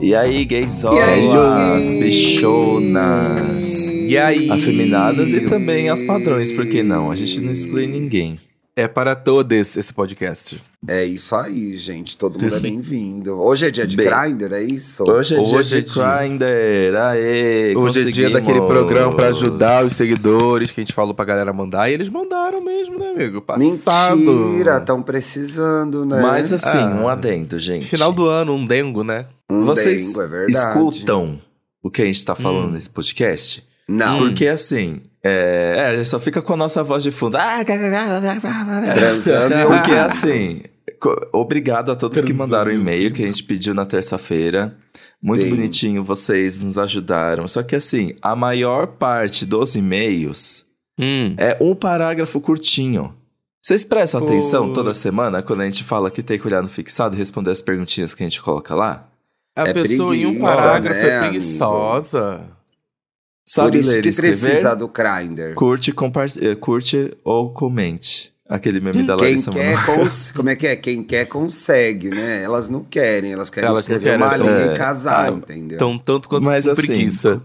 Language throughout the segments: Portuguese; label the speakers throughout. Speaker 1: E aí, gaysolas, bichonas,
Speaker 2: E aí?
Speaker 1: afeminadas e também as padrões, por que não? A gente não exclui ninguém.
Speaker 2: É para todos esse podcast.
Speaker 3: É isso aí, gente. Todo mundo é bem-vindo. Hoje é dia de
Speaker 1: Bem-
Speaker 3: grinder, é isso?
Speaker 1: Hoje é
Speaker 2: Hoje
Speaker 1: dia
Speaker 2: é
Speaker 1: de
Speaker 2: dia.
Speaker 1: Grindr, aê,
Speaker 2: Hoje é dia
Speaker 1: conseguimos.
Speaker 2: daquele programa para ajudar os seguidores que a gente falou pra galera mandar. E eles mandaram mesmo, né, amigo? Passado.
Speaker 3: Mentira,
Speaker 1: tá
Speaker 3: estão precisando, né?
Speaker 1: Mas assim,
Speaker 2: Ah.
Speaker 1: um adendo, gente.
Speaker 2: Final do ano, um dengo, né?
Speaker 3: um
Speaker 1: Vocês
Speaker 3: dengo, é verdade.
Speaker 1: escutam o que a gente tá falando
Speaker 2: Hum.
Speaker 1: nesse podcast?
Speaker 3: Não.
Speaker 1: Porque assim, é, é, a gente só fica com a nossa voz de fundo. Ah, gá, gá, gá, gá, gá, gá, gá.
Speaker 3: Transando e
Speaker 2: é
Speaker 1: Porque
Speaker 3: ouvindo.
Speaker 1: assim, co- obrigado a todos que
Speaker 2: Transando
Speaker 1: mandaram o
Speaker 2: e
Speaker 1: e-mail que a gente pediu na terça-feira. Muito
Speaker 3: Sim.
Speaker 1: bonitinho, vocês nos ajudaram. Só que assim, a maior parte dos e-mails
Speaker 2: Hum.
Speaker 1: é um parágrafo curtinho. Vocês prestam atenção
Speaker 2: Putz.
Speaker 1: toda semana quando a gente fala que tem que olhar no fixado e responder as perguntinhas que a gente coloca lá?
Speaker 2: A
Speaker 3: É
Speaker 2: pessoa em um
Speaker 3: preguiça,
Speaker 2: parágrafo
Speaker 3: né,
Speaker 2: é preguiçosa.
Speaker 1: Sabe
Speaker 3: Por isso
Speaker 1: ler e
Speaker 3: que
Speaker 1: escrever?
Speaker 3: precisa do grinder.
Speaker 1: Curte, comparte- eh, curte ou comente. Aquele meme da
Speaker 3: Quem
Speaker 1: Larissa Manoela.
Speaker 3: quer, cons... como é que é? Quem quer, consegue, né? Elas não querem, elas querem
Speaker 2: Elas não
Speaker 3: escrever
Speaker 2: querem,
Speaker 3: uma
Speaker 2: elas
Speaker 3: linha
Speaker 1: só-
Speaker 3: e casar,
Speaker 1: Ah,
Speaker 3: entendeu?
Speaker 2: Então, tanto quanto
Speaker 1: Mas
Speaker 2: com
Speaker 1: assim,
Speaker 2: preguiça.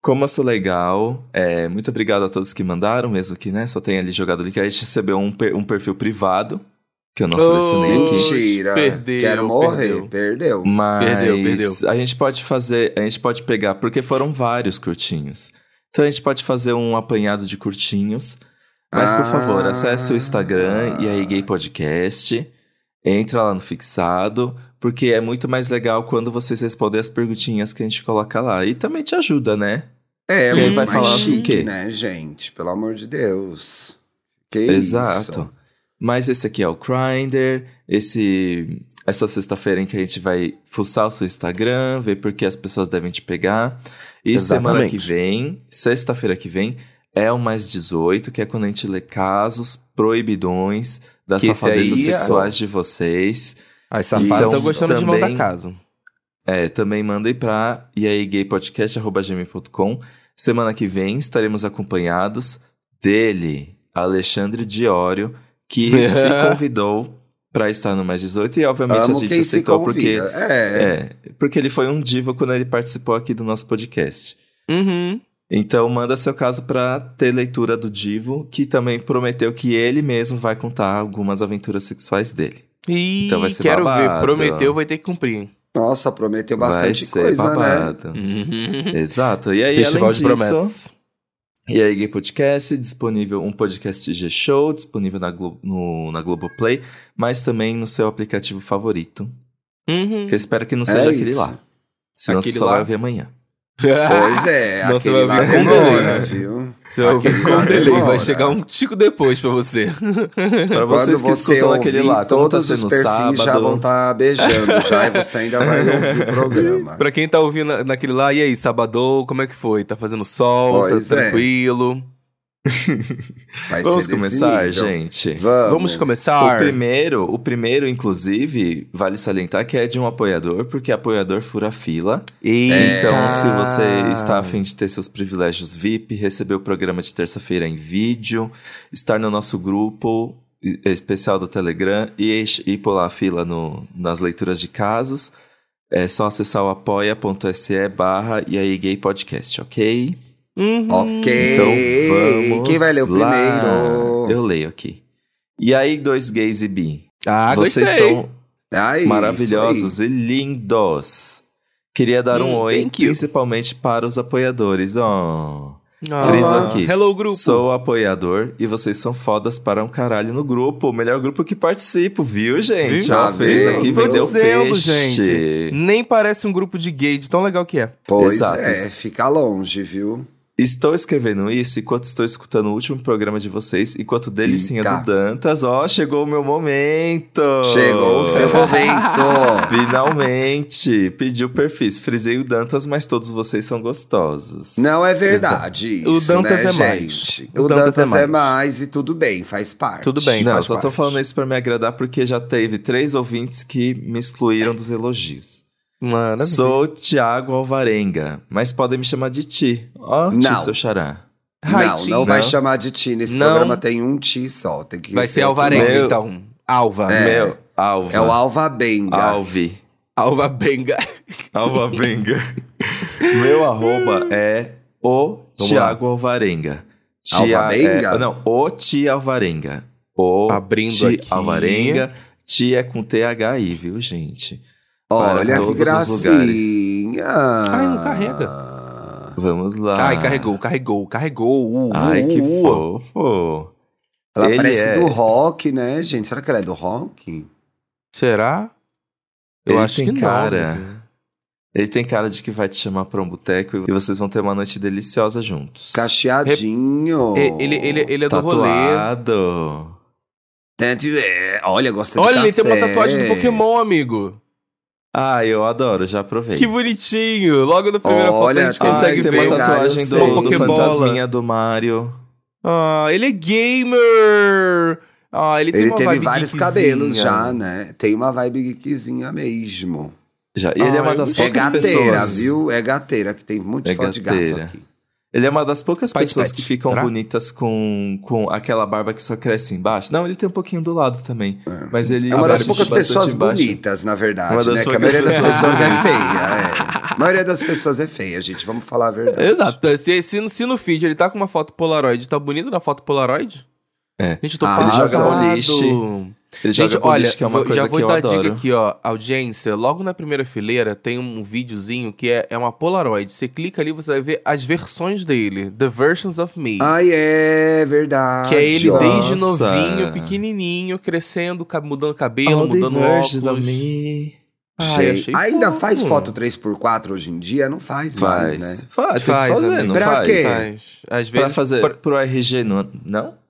Speaker 1: Como eu sou legal, é, muito obrigado a todos que mandaram, mesmo que né, só tenha ali jogado o link. A gente recebeu um, per- um perfil privado, que eu não selecionei aqui.
Speaker 2: Oxi.
Speaker 3: Mentira.
Speaker 2: Perdeu,
Speaker 3: Quero morrer.
Speaker 2: perdeu.
Speaker 3: Perdeu.
Speaker 1: Mas
Speaker 2: Perdeu, perdeu.
Speaker 1: Então, um
Speaker 3: Ah.
Speaker 1: favor, acesse o Instagram e aí Gay Podcast. Entra lá no fixado, porque é muito mais legal quando vocês respondem as perguntinhas que a gente coloca lá. E também te ajuda, né?
Speaker 3: É,
Speaker 2: Quem
Speaker 3: muito
Speaker 2: vai
Speaker 3: mais
Speaker 2: falar
Speaker 3: chique,
Speaker 1: do quê?
Speaker 3: né, gente? Pelo amor de Deus. Que
Speaker 1: Exato.
Speaker 3: isso.
Speaker 1: Mas esse aqui é o Grindr, esse essa sexta-feira em que a gente vai fuçar o seu Instagram, ver por que as pessoas devem te pegar. E semana que
Speaker 2: Exatamente.
Speaker 1: vem, sexta-feira que vem, é o mais 18, que é quando a gente lê casos proibidões das
Speaker 2: Que esse
Speaker 1: safadezas
Speaker 2: aí é-
Speaker 1: sexuais de vocês.
Speaker 2: As safadas
Speaker 1: Então,
Speaker 2: estão gostando de mandar
Speaker 1: também-
Speaker 2: caso.
Speaker 1: É, também mandem pra e aí gaypodcast@gmail.com. Semana que vem estaremos acompanhados dele, Alexandre Diório, que se convidou pra estar no mais 18 e obviamente a
Speaker 3: Amo
Speaker 1: gente
Speaker 3: quem se
Speaker 1: aceitou porque
Speaker 3: convida. É.
Speaker 1: é, porque ele foi um diva quando ele participou aqui do nosso podcast.
Speaker 2: Uhum.
Speaker 1: Então manda seu caso pra ter leitura do divo, que também prometeu que ele mesmo vai contar algumas aventuras sexuais dele.
Speaker 2: E
Speaker 1: Então vai ser
Speaker 2: quero ver.
Speaker 1: babado.
Speaker 2: Prometeu, vai ter que cumprir.
Speaker 3: Nossa, prometeu
Speaker 1: vai
Speaker 3: bastante
Speaker 1: ser
Speaker 3: coisa, né?
Speaker 1: babado.
Speaker 2: Uhum.
Speaker 1: Exato. E aí
Speaker 2: Festival
Speaker 1: além
Speaker 2: de
Speaker 1: disso,
Speaker 2: promessas.
Speaker 1: E aí, Gay Podcast, disponível um podcast G-Show, disponível na, Glo no, na Globoplay, mas também no seu aplicativo favorito.
Speaker 2: Uhum.
Speaker 1: Que eu espero que não seja
Speaker 3: É
Speaker 1: aquele
Speaker 3: isso.
Speaker 1: lá. Senão
Speaker 2: Aquele
Speaker 1: você só
Speaker 2: lá?
Speaker 1: vai ver amanhã.
Speaker 3: Pois é,
Speaker 2: Senão você
Speaker 3: aquele
Speaker 2: vai
Speaker 3: lá
Speaker 2: ver com
Speaker 3: demora,
Speaker 2: delay.
Speaker 3: viu?
Speaker 2: Você vai ouvir
Speaker 3: Aquele
Speaker 2: com
Speaker 3: lá
Speaker 2: delay, vai
Speaker 3: demora.
Speaker 2: chegar um tico depois pra você.
Speaker 1: Pra
Speaker 3: Quando
Speaker 1: vocês que
Speaker 3: você
Speaker 1: escutam
Speaker 3: ouvir,
Speaker 1: aquele lá, como tá
Speaker 3: todos
Speaker 1: sendo
Speaker 3: os perfis
Speaker 1: sábado.
Speaker 3: já vão tá estar beijando já, e você ainda vai ouvir o programa.
Speaker 2: pra quem tá ouvindo na- naquele lá, e aí, sabadou, como é que foi? Tá fazendo sol,
Speaker 3: Pois
Speaker 2: tá
Speaker 3: é.
Speaker 2: tranquilo?
Speaker 3: Vai
Speaker 1: Vamos
Speaker 3: ser desse
Speaker 1: começar,
Speaker 3: nível.
Speaker 1: gente?
Speaker 3: Vamos.
Speaker 2: Vamos
Speaker 1: O
Speaker 2: começar?
Speaker 1: primeiro, o primeiro, inclusive, vale salientar que é de um apoiador, porque apoiador fura fila. Então, se você está afim de ter seus privilégios VIP, receber o programa de terça-feira em vídeo, estar no nosso grupo e- especial do Telegram e enche- e pular a fila no- nas leituras de casos, é só acessar o apoia.se barra e aí gay podcast, ok?
Speaker 2: Uhum.
Speaker 3: Ok.
Speaker 1: Então vamos
Speaker 3: Quem vai ler o
Speaker 1: lá.
Speaker 3: primeiro?
Speaker 1: Eu leio aqui. E aí, dois gays e bi?
Speaker 2: Ah,
Speaker 1: Vocês
Speaker 2: gostei.
Speaker 1: são
Speaker 3: Ai, É isso
Speaker 1: maravilhosos e lindos. Queria dar um
Speaker 2: Hum,
Speaker 1: oi,
Speaker 2: thank you.
Speaker 1: principalmente para os apoiadores. Oh.
Speaker 2: Ah,
Speaker 3: Três
Speaker 1: aqui.
Speaker 2: Hello, grupo.
Speaker 1: Sou apoiador e vocês são fodas para um caralho no grupo. O melhor grupo que participo, viu, gente?
Speaker 2: Viu?
Speaker 1: Ela
Speaker 3: Tá
Speaker 1: fez
Speaker 3: vendo?
Speaker 1: aqui,
Speaker 3: Tô
Speaker 1: vendeu
Speaker 2: dizendo,
Speaker 1: peixe.
Speaker 2: Nem parece um grupo de gay, de tão legal que é.
Speaker 3: aí. Pois
Speaker 1: Exato.
Speaker 3: é, fica longe, viu?
Speaker 1: Estou escrevendo isso enquanto estou escutando o último programa de vocês, enquanto delicinha
Speaker 3: Eita.
Speaker 1: do Dantas. Ó, chegou o meu momento!
Speaker 3: Chegou o seu momento.
Speaker 1: Finalmente! Pediu perfis. Frisei o Dantas, mas todos vocês são gostosos.
Speaker 3: Não é verdade
Speaker 2: O
Speaker 3: isso,
Speaker 2: Dantas
Speaker 3: né,
Speaker 2: é mais.
Speaker 3: gente? O, Dantas, é, mais. e tudo bem, faz parte.
Speaker 2: Tudo bem.
Speaker 1: Não,
Speaker 2: faz
Speaker 1: só tô
Speaker 2: parte.
Speaker 1: falando isso pra me agradar porque já teve três ouvintes que me excluíram dos elogios.
Speaker 2: Mano,
Speaker 1: Sou Tiago Alvarenga, mas podem me chamar de Ti. Ó, Ti,
Speaker 3: Não.
Speaker 1: seu xará.
Speaker 3: Não,
Speaker 2: Raiti.
Speaker 3: não vai
Speaker 1: Não.
Speaker 3: chamar de ti. Nesse
Speaker 2: Não.
Speaker 3: programa tem um ti só. Tem que
Speaker 2: Vai ser
Speaker 3: outro
Speaker 2: Alvarenga,
Speaker 1: Meu.
Speaker 2: então. Alva.
Speaker 3: É.
Speaker 1: Meu, Alva.
Speaker 3: nome. É o Alva Benga.
Speaker 1: Alve.
Speaker 2: Alva Benga.
Speaker 1: Alva Benga. Meu arroba é o Tiago Alvarenga. Tia-
Speaker 3: Alvarenga?
Speaker 1: é, não, o Ti Alvarenga. O
Speaker 2: Abrindo
Speaker 1: Ti
Speaker 2: aqui.
Speaker 1: Alvarenga. Ti é com THI, viu, gente? Para
Speaker 3: Olha que
Speaker 1: todos os lugares.
Speaker 3: gracinha.
Speaker 2: Ai,
Speaker 3: Ai,
Speaker 2: não
Speaker 3: carrega.
Speaker 1: Vamos lá.
Speaker 2: Ai, carregou, carregou, carregou. Uh, uh,
Speaker 1: Ah. Ai, que
Speaker 2: uh, uh.
Speaker 1: fofo.
Speaker 3: Ela
Speaker 1: Ele
Speaker 3: parece
Speaker 1: é-
Speaker 3: do rock, né, gente? Será que ela é do rock?
Speaker 2: Será? Eu
Speaker 1: Ele
Speaker 2: acho
Speaker 1: tem
Speaker 2: que não,
Speaker 1: cara.
Speaker 2: né?
Speaker 1: Ele tem cara de que vai te chamar pra um boteco e vocês vão ter uma noite deliciosa juntos.
Speaker 3: Cacheadinho.
Speaker 2: E- Ele, ele, ele é do rolê.
Speaker 1: Tatuado.
Speaker 3: Tanto é. Olha, gosta de
Speaker 2: Olha,
Speaker 1: tá
Speaker 2: ele tem uma
Speaker 3: café.
Speaker 2: tatuagem do Pokémon, amigo.
Speaker 1: Ah, eu adoro, já provei.
Speaker 2: Que bonitinho. Logo no primeiro
Speaker 3: Olha,
Speaker 2: foto a gente
Speaker 1: Ai,
Speaker 2: consegue
Speaker 1: tem
Speaker 2: ver.
Speaker 1: uma
Speaker 3: cara,
Speaker 1: tatuagem
Speaker 3: eu
Speaker 1: do,
Speaker 3: sei.
Speaker 1: do
Speaker 2: Pokébola.
Speaker 1: fantasminha do Mario.
Speaker 2: Ah, ele é gamer. Ah, ele tem
Speaker 3: Ele
Speaker 2: uma
Speaker 3: teve
Speaker 2: vibe
Speaker 3: vários
Speaker 2: geekzinha.
Speaker 3: cabelos já, né? Tem uma vibe geekzinha mesmo.
Speaker 1: Já. E ele é
Speaker 2: Ah,
Speaker 1: uma
Speaker 2: eu
Speaker 1: das
Speaker 2: gostei.
Speaker 3: É
Speaker 1: poucas
Speaker 3: gateira,
Speaker 1: pessoas.
Speaker 3: viu? É gateira, que tem muito
Speaker 1: É
Speaker 3: fã de gato
Speaker 1: gateira.
Speaker 3: aqui.
Speaker 1: Ele é uma das poucas
Speaker 2: Pais
Speaker 1: pessoas
Speaker 2: pet,
Speaker 1: que ficam
Speaker 2: será?
Speaker 1: bonitas com, com aquela barba que só cresce embaixo. Não, ele tem um pouquinho do lado também. Mas ele
Speaker 3: É uma
Speaker 1: a
Speaker 3: das
Speaker 1: barba
Speaker 3: poucas
Speaker 1: fica bastante
Speaker 3: pessoas
Speaker 1: embaixo.
Speaker 3: bonitas, na verdade,
Speaker 1: Uma das
Speaker 3: né? Que a
Speaker 1: poucas
Speaker 3: maioria das
Speaker 1: pessoas-
Speaker 3: pessoas é feia, é. A maioria das pessoas é feia, gente. Vamos falar a verdade.
Speaker 2: Exato. Se, se, no- se no feed ele tá com uma foto Polaroid, tá bonito na foto Polaroid?
Speaker 1: É.
Speaker 2: Gente, eu tô
Speaker 3: Ah,
Speaker 2: passado.
Speaker 1: ele joga boliche. Ele
Speaker 2: Gente,
Speaker 1: joga
Speaker 2: olha,
Speaker 1: boliche, que é uma
Speaker 2: vou-
Speaker 1: coisa
Speaker 2: já vou
Speaker 1: que eu
Speaker 2: dar
Speaker 1: adoro.
Speaker 2: dica aqui, ó. Audiência, logo na primeira fileira tem um videozinho que é, é uma Polaroid. Você clica ali, você vai ver as versões dele. The Versions of Me.
Speaker 3: Ai, é verdade.
Speaker 2: que é ele
Speaker 3: ó.
Speaker 2: desde
Speaker 1: Ah, nossa.
Speaker 2: novinho, pequenininho, crescendo, ca- mudando cabelo,
Speaker 1: Oh, the
Speaker 2: mudando
Speaker 1: Virgin
Speaker 2: óculos.
Speaker 1: of me.
Speaker 2: Ai,
Speaker 3: Gente,
Speaker 2: achei
Speaker 3: Ainda
Speaker 2: fofo.
Speaker 3: faz foto 3x4 hoje em dia? Não faz, mais,
Speaker 1: Faz.
Speaker 3: né?
Speaker 1: Faz, tem
Speaker 2: Faz,
Speaker 1: que fazer,
Speaker 2: amigo.
Speaker 1: não
Speaker 3: Pra
Speaker 1: faz.
Speaker 3: quê?
Speaker 2: Mas, às vezes,
Speaker 1: Pra fazer pro RG, não? não?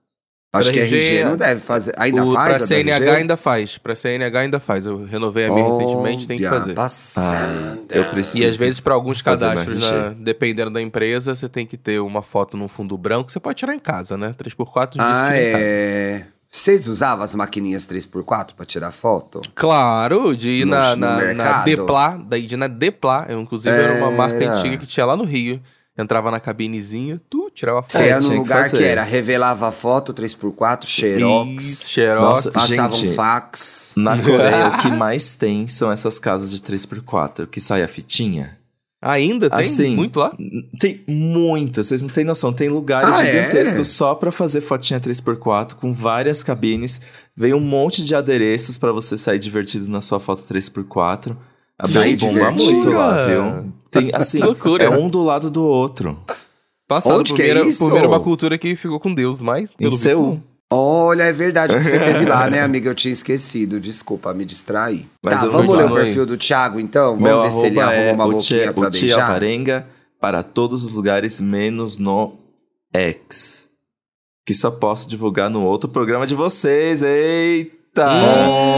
Speaker 3: Acho
Speaker 2: Pra
Speaker 3: que RG,
Speaker 2: RG,
Speaker 3: não deve fazer. Ainda
Speaker 2: O,
Speaker 3: faz?
Speaker 2: pra
Speaker 3: a
Speaker 2: CNH
Speaker 3: da RG?
Speaker 2: ainda faz. Pra CNH ainda faz. Eu renovei a minha recentemente, tem que
Speaker 3: Olha, tá
Speaker 2: fazer.
Speaker 3: Passada.
Speaker 1: Ah, eu preciso.
Speaker 2: E às vezes, pra alguns
Speaker 1: fazer
Speaker 2: cadastros,
Speaker 1: mais
Speaker 2: na- dependendo da empresa, você tem que ter uma foto num fundo branco. Você pode tirar em casa, né? 3x4 dias
Speaker 3: Ah,
Speaker 2: tira em casa.
Speaker 3: é. Vocês usavam as maquininhas 3x4 pra tirar foto?
Speaker 2: Claro, de ir
Speaker 3: No-
Speaker 2: na,
Speaker 3: no
Speaker 2: na, na
Speaker 3: mercado?
Speaker 2: Deplá, daí de ir na Deplá. Eu, inclusive, era uma marca
Speaker 3: Era.
Speaker 2: antiga que tinha lá no Rio. Entrava na cabinezinha, tu tirava foto.
Speaker 3: Você ia
Speaker 1: tinha
Speaker 3: num
Speaker 1: que
Speaker 3: É, lugar que,
Speaker 1: fazer.
Speaker 3: era, revelava a foto 3x4, xerox,
Speaker 2: Isso, Xerox.
Speaker 1: Nossa,
Speaker 3: passava
Speaker 1: gente,
Speaker 3: um fax.
Speaker 1: Na Coreia, o que mais tem são essas casas de 3x4, que sai a fitinha.
Speaker 2: Ainda tem
Speaker 1: Assim,
Speaker 2: muito lá?
Speaker 1: Tem muito, vocês não têm noção. Tem lugares
Speaker 3: Ah, é?
Speaker 1: gigantescos só pra fazer fotinha 3x4, com várias cabines. Vem um monte de adereços pra você sair divertido na sua foto 3x4. A
Speaker 3: Sair
Speaker 1: Bem bomba
Speaker 3: divertido?
Speaker 1: muito lá, viu? Tem, assim,
Speaker 2: Que loucura.
Speaker 1: é um do lado do outro.
Speaker 2: Passado
Speaker 3: Onde
Speaker 2: por
Speaker 3: que é
Speaker 2: primeiro,
Speaker 3: isso?
Speaker 2: primeiro uma cultura que ficou com Deus, mas pelo
Speaker 1: em
Speaker 2: visto, não.
Speaker 1: Seul.
Speaker 3: Olha, é verdade que você teve lá, né, amiga? Eu tinha esquecido. Desculpa, me distraí.
Speaker 1: Mas
Speaker 3: tá,
Speaker 1: eu
Speaker 3: vamos
Speaker 1: vou
Speaker 3: ler o
Speaker 1: lá,
Speaker 2: mãe.
Speaker 3: perfil do Thiago, então? Vamos
Speaker 1: Meu
Speaker 3: ver se ele
Speaker 1: arroba
Speaker 3: arruma
Speaker 1: é
Speaker 3: uma
Speaker 1: o
Speaker 3: boquinha
Speaker 1: Tia-
Speaker 3: pra
Speaker 1: o Tia
Speaker 3: beijar.
Speaker 1: Alvarenga para todos os lugares, menos no X. Que só posso divulgar no outro programa de vocês. Eita!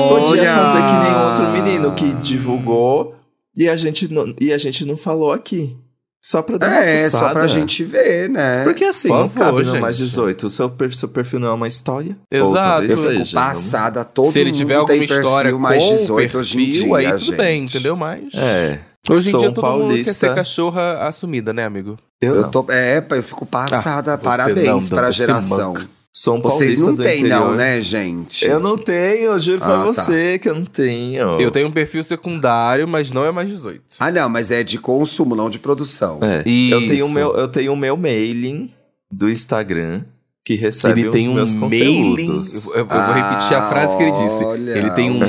Speaker 1: Podia
Speaker 3: Olha!
Speaker 1: fazer que nem outro menino que divulgou e a gente não, e a gente não falou aqui. Só pra dar uma
Speaker 3: É,
Speaker 1: fuçada.
Speaker 3: só pra gente ver, né?
Speaker 1: Porque assim,
Speaker 2: Por
Speaker 1: não cabe
Speaker 2: favor,
Speaker 1: no mais
Speaker 2: gente.
Speaker 1: 18. O seu, per- seu perfil não é uma história. Ou
Speaker 2: Exato.
Speaker 1: talvez
Speaker 2: Eu fico
Speaker 1: seja, não
Speaker 3: Passada, todo
Speaker 2: Se ele
Speaker 3: mundo
Speaker 2: tiver
Speaker 3: tem
Speaker 2: alguma
Speaker 3: perfil
Speaker 2: história
Speaker 3: mais
Speaker 2: com
Speaker 3: 18
Speaker 2: perfil,
Speaker 3: hoje em dia,
Speaker 2: aí tudo
Speaker 3: gente.
Speaker 2: bem, entendeu? Mas...
Speaker 1: É.
Speaker 2: Hoje em
Speaker 1: Sou
Speaker 2: dia
Speaker 1: um
Speaker 2: todo mundo quer
Speaker 1: paulista.
Speaker 2: ser cachorra assumida, né, amigo?
Speaker 1: Eu,
Speaker 3: Eu
Speaker 1: não.
Speaker 3: tô, é, pá, eu fico passada.
Speaker 2: Ah, você não,
Speaker 3: Parabéns
Speaker 2: Dudu,
Speaker 3: para a
Speaker 2: você
Speaker 3: geração.
Speaker 2: manca.
Speaker 1: Sou um
Speaker 3: é Vocês
Speaker 1: paulista
Speaker 3: não
Speaker 1: do
Speaker 3: têm,
Speaker 1: interior.
Speaker 3: não, né, gente?
Speaker 1: Eu não tenho, eu juro pra
Speaker 3: Ah, tá.
Speaker 1: você que eu não tenho.
Speaker 2: Eu tenho um perfil secundário, mas não é mais 18.
Speaker 3: Ah, não, mas é de consumo, não de produção.
Speaker 1: É,
Speaker 2: Isso.
Speaker 1: eu tenho o meu, eu tenho o meu mailing do Instagram que recebe
Speaker 2: Ele
Speaker 1: os
Speaker 2: tem um
Speaker 1: meus
Speaker 2: mailing. Eu,
Speaker 1: conteúdos.
Speaker 2: eu vou repetir a
Speaker 3: Ah,
Speaker 2: frase que ele disse.
Speaker 3: olha,
Speaker 2: Ele tem um
Speaker 3: olha.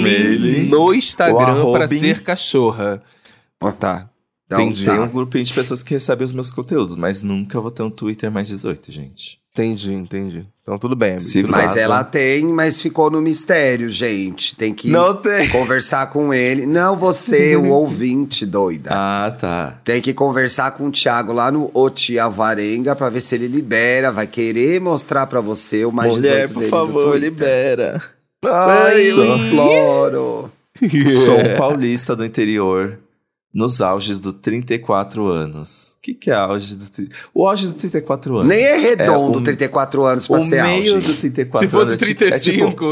Speaker 1: mailing.
Speaker 2: no
Speaker 1: O
Speaker 2: Instagram
Speaker 1: arroba Ah.
Speaker 2: pra
Speaker 1: em-
Speaker 2: ser cachorra. Tá.
Speaker 3: Então,
Speaker 2: entendi.
Speaker 3: tá.
Speaker 1: Tem um grupinho de pessoas que recebem os meus conteúdos, mas nunca vou ter um Twitter mais 18, gente.
Speaker 2: Entendi, entendi. Então tudo bem, amigo.
Speaker 1: Se
Speaker 2: tudo
Speaker 3: Mas
Speaker 1: vaza.
Speaker 3: ela tem, mas ficou no mistério, gente. Tem que
Speaker 1: Não tem.
Speaker 3: conversar com ele. Não você, o ouvinte, doida.
Speaker 1: Ah, tá.
Speaker 3: Tem que conversar com o Thiago lá no Otia Varenga pra ver se ele libera. Vai querer mostrar pra você o mais
Speaker 1: Mulher,
Speaker 3: 18
Speaker 1: por
Speaker 3: dele do
Speaker 1: favor,
Speaker 3: Twitter.
Speaker 1: libera.
Speaker 2: bem.
Speaker 3: Ai, eu
Speaker 1: Sou-
Speaker 3: imploro.
Speaker 1: Sou
Speaker 3: É.
Speaker 1: um paulista do interior. Nos auges do 34 anos. O que, que é auge do. tri- O auge do 34 anos.
Speaker 3: Nem é
Speaker 1: é
Speaker 3: redondo,
Speaker 1: o
Speaker 3: 34 anos pra
Speaker 1: O
Speaker 3: ser
Speaker 1: meio
Speaker 3: auge.
Speaker 1: do 34
Speaker 2: Se fosse
Speaker 1: anos é tipo- é tipo-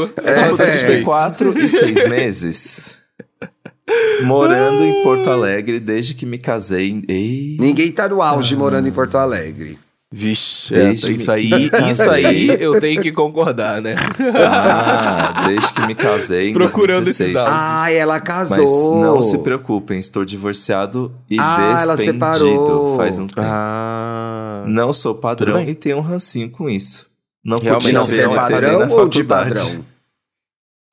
Speaker 2: 35,
Speaker 1: É tipo
Speaker 3: É, é.
Speaker 1: 34 e 6 meses. Morando em Porto Alegre desde que me casei. Em... Ei, Ah.
Speaker 3: Ninguém tá no auge morando em Porto Alegre.
Speaker 2: Vixe, é,
Speaker 1: Desde
Speaker 2: isso
Speaker 1: que-
Speaker 2: aí, isso aí eu tenho que concordar, né?
Speaker 1: Ah, desde que me casei em
Speaker 2: Procurando esses
Speaker 1: 2016.
Speaker 2: áudios.
Speaker 3: Ah, ela casou.
Speaker 1: Mas não se preocupem, estou divorciado e
Speaker 3: Ah, ela
Speaker 1: despendido
Speaker 3: separou.
Speaker 1: faz um tempo.
Speaker 2: Ah.
Speaker 1: Não sou padrão
Speaker 2: Tudo bem.
Speaker 1: e tenho um rancinho com isso. Não
Speaker 2: Realmente,
Speaker 1: podia
Speaker 3: De não
Speaker 1: ver
Speaker 3: ser
Speaker 1: uma TV
Speaker 3: padrão
Speaker 1: na
Speaker 3: ou de
Speaker 1: faculdade.
Speaker 3: padrão?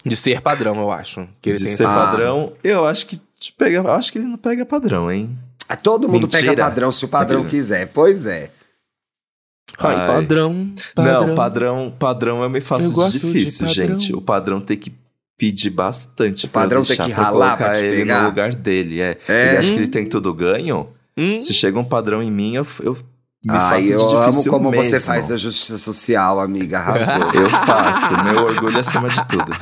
Speaker 2: De ser padrão, eu acho. Que ele
Speaker 1: de
Speaker 2: tem
Speaker 1: ser
Speaker 2: essa-
Speaker 3: Ah.
Speaker 1: padrão, eu acho que te pega, eu acho que ele não pega padrão, hein?
Speaker 3: Ah, Todo mundo pega
Speaker 1: Mentira.
Speaker 3: padrão se o padrão
Speaker 1: Mentira.
Speaker 3: quiser. Pois é.
Speaker 2: Ai,
Speaker 1: Ai.
Speaker 2: padrão,
Speaker 1: Não, padrão, padrão eu me
Speaker 2: Eu
Speaker 1: faço
Speaker 2: gosto de
Speaker 1: difícil,
Speaker 2: padrão.
Speaker 1: gente. O padrão tem que pedir bastante.
Speaker 3: O padrão
Speaker 1: pra eu
Speaker 3: tem que
Speaker 1: deixar, pra
Speaker 3: ralar pra
Speaker 1: colocar
Speaker 3: te
Speaker 1: ele
Speaker 3: pegar.
Speaker 1: no lugar dele, é.
Speaker 3: É.
Speaker 1: Ele acha que ele tem tudo ganho.
Speaker 2: Hum,
Speaker 1: Se chega um padrão em mim, eu, eu me
Speaker 3: Ai,
Speaker 1: faço
Speaker 3: eu
Speaker 1: de
Speaker 3: amo
Speaker 1: difícil
Speaker 3: como você
Speaker 1: mesmo.
Speaker 3: faz a justiça social, amiga. Arrasou.
Speaker 1: Eu faço, meu orgulho é acima de tudo.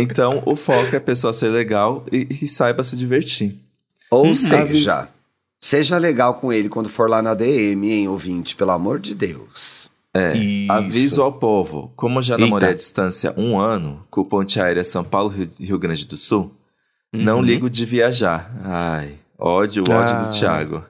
Speaker 1: Então, o foco é a pessoa ser legal e, e saiba se divertir.
Speaker 3: Ou
Speaker 2: Hum,
Speaker 3: seja, seja legal com ele quando for lá na DM, hein, ouvinte? Pelo amor de Deus.
Speaker 2: isso.
Speaker 1: Aviso ao povo: como já
Speaker 2: Eita.
Speaker 1: namorei à distância um ano, com ponte aérea São Paulo, Rio, Rio Grande do Sul,
Speaker 2: Uhum.
Speaker 1: não ligo de viajar. Ai, ódio, o ódio
Speaker 2: Ah.
Speaker 1: do Thiago.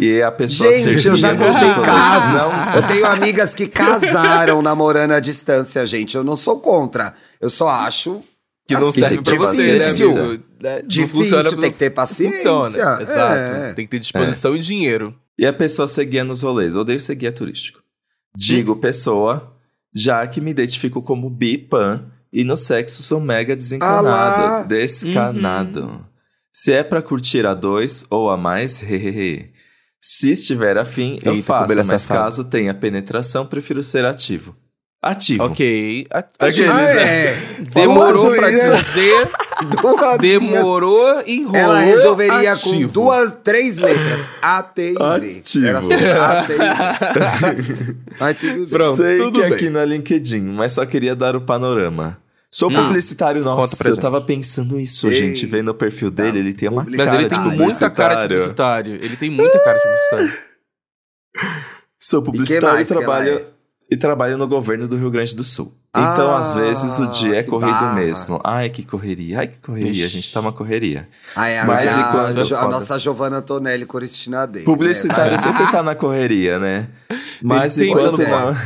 Speaker 1: E a pessoa
Speaker 3: Gente,
Speaker 1: servia
Speaker 3: eu já
Speaker 1: uma
Speaker 3: contei
Speaker 1: solução.
Speaker 3: casos. Eu tenho amigas que casaram namorando à distância, gente. Eu não sou contra. Eu só acho
Speaker 2: Que não
Speaker 3: assim,
Speaker 2: serve pra você, né,
Speaker 3: difícil.
Speaker 2: amigo? Né, Não
Speaker 3: Difícil,
Speaker 2: funciona,
Speaker 3: tem que ter paciência.
Speaker 2: funciona. Exato.
Speaker 3: É.
Speaker 2: Tem que ter disposição e dinheiro.
Speaker 1: E a pessoa seguia nos rolês. Eu Odeio ser guia turístico. Digo pessoa, já que me identifico como bipan e no sexo sou mega
Speaker 3: Ah lá!
Speaker 1: desencanado. Descanado. Se é pra curtir a dois ou a mais, hehehe. Se estiver afim, eu
Speaker 2: Eita,
Speaker 1: faço,
Speaker 2: cobelha
Speaker 1: mas
Speaker 2: safada.
Speaker 1: caso tenha penetração, prefiro ser ativo. Ativo.
Speaker 2: Ok. A-
Speaker 1: Aqueles,
Speaker 3: Ah,
Speaker 1: né?
Speaker 3: é.
Speaker 2: Demorou
Speaker 3: Duas
Speaker 2: pra
Speaker 3: amigas-
Speaker 2: dizer,
Speaker 3: duas amigas.
Speaker 2: demorou, enrolou.
Speaker 3: Ela resolveria com
Speaker 2: ativo.
Speaker 3: duas, três letras. A, T e V.
Speaker 1: Ativo.
Speaker 3: Era só A, T e V. Mas tudo bem.
Speaker 2: Pronto,
Speaker 1: Sei
Speaker 2: tudo
Speaker 1: que
Speaker 2: bem.
Speaker 1: aqui não é LinkedIn, mas só queria dar o panorama. Sou
Speaker 2: Hum.
Speaker 1: publicitário,
Speaker 2: Conta pra
Speaker 1: nossa, eu
Speaker 2: gente.
Speaker 1: tava pensando isso,
Speaker 3: Ei.
Speaker 1: gente, vendo o perfil dele, ele tem uma
Speaker 2: Mas
Speaker 1: cara tipo,
Speaker 2: ele tem tipo,
Speaker 1: de
Speaker 3: Publicitário. Ah,
Speaker 2: muita cara de publicitário. Ele tem muita cara de publicitário.
Speaker 1: Sou
Speaker 3: E que
Speaker 1: publicitário e,
Speaker 3: mais que
Speaker 1: trabalho,
Speaker 3: ela é?
Speaker 1: e trabalho no governo do Rio Grande do Sul.
Speaker 3: Ah,
Speaker 1: então, às vezes, o dia é
Speaker 3: que
Speaker 1: corrido
Speaker 3: barra.
Speaker 1: mesmo. Ai, que correria, ai, que correria.
Speaker 2: Ixi.
Speaker 1: A gente tá uma correria.
Speaker 3: Aí a,
Speaker 1: Mas
Speaker 3: a-
Speaker 1: enquanto-
Speaker 3: a nossa Giovanna Tonelli Coristina Day.
Speaker 1: Publicitário sempre tá na correria, né? Mas
Speaker 2: Ele tem
Speaker 1: enquanto,
Speaker 3: isso,
Speaker 1: não...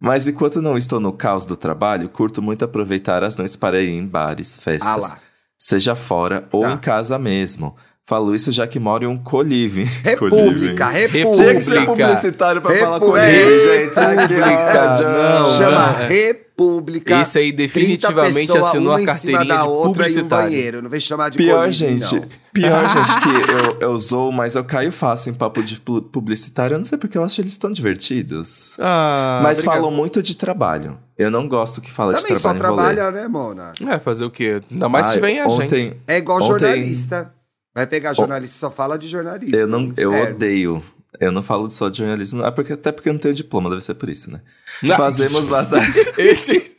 Speaker 1: Mas enquanto não estou no caos do trabalho, curto muito aproveitar as noites para ir em bares,
Speaker 3: Ah
Speaker 1: festas,
Speaker 3: lá.
Speaker 1: seja fora ou
Speaker 3: Tá.
Speaker 1: em casa mesmo. Falo isso já que moro em um coliving.
Speaker 3: República, República.
Speaker 1: Tinha que ser
Speaker 2: República.
Speaker 1: publicitário pra falar
Speaker 3: Repu- é,
Speaker 1: coliving, gente. Ai, que
Speaker 2: República,
Speaker 1: ódio.
Speaker 2: não.
Speaker 3: Chama
Speaker 2: né?
Speaker 3: República.
Speaker 2: Esse aí
Speaker 3: 30
Speaker 2: definitivamente
Speaker 3: pessoa,
Speaker 2: assinou
Speaker 3: uma
Speaker 2: a
Speaker 3: em cima
Speaker 2: carteirinha
Speaker 3: da
Speaker 2: de
Speaker 3: outra e um
Speaker 2: publicitário.
Speaker 3: banheiro. Não vem chamar de
Speaker 1: Pior,
Speaker 3: colírio,
Speaker 1: gente.
Speaker 3: não.
Speaker 1: Pior, gente, que eu, eu zoo, mas eu caio fácil em papo de pu- publicitário. Eu não sei porque eu acho eles tão divertidos.
Speaker 2: Ah,
Speaker 1: mas
Speaker 2: obrigado.
Speaker 1: falam muito de trabalho. Eu não gosto que fala
Speaker 3: Também
Speaker 1: de
Speaker 3: só
Speaker 1: trabalho. em rolê.
Speaker 3: trabalha, né, Mona?
Speaker 2: É, fazer o quê? Ainda mais se
Speaker 1: Ai,
Speaker 2: vem a gente.
Speaker 1: Ontem
Speaker 3: É igual
Speaker 1: Ontem-
Speaker 3: jornalista. Vai pegar jornalista, só fala de jornalista. É.
Speaker 1: eu, não, eu
Speaker 3: Inferno.
Speaker 1: odeio. Eu não falo só de jornalismo, ah, porque, até porque eu não tenho diploma, deve ser por isso, né? Fazemos bastante.
Speaker 2: Esse-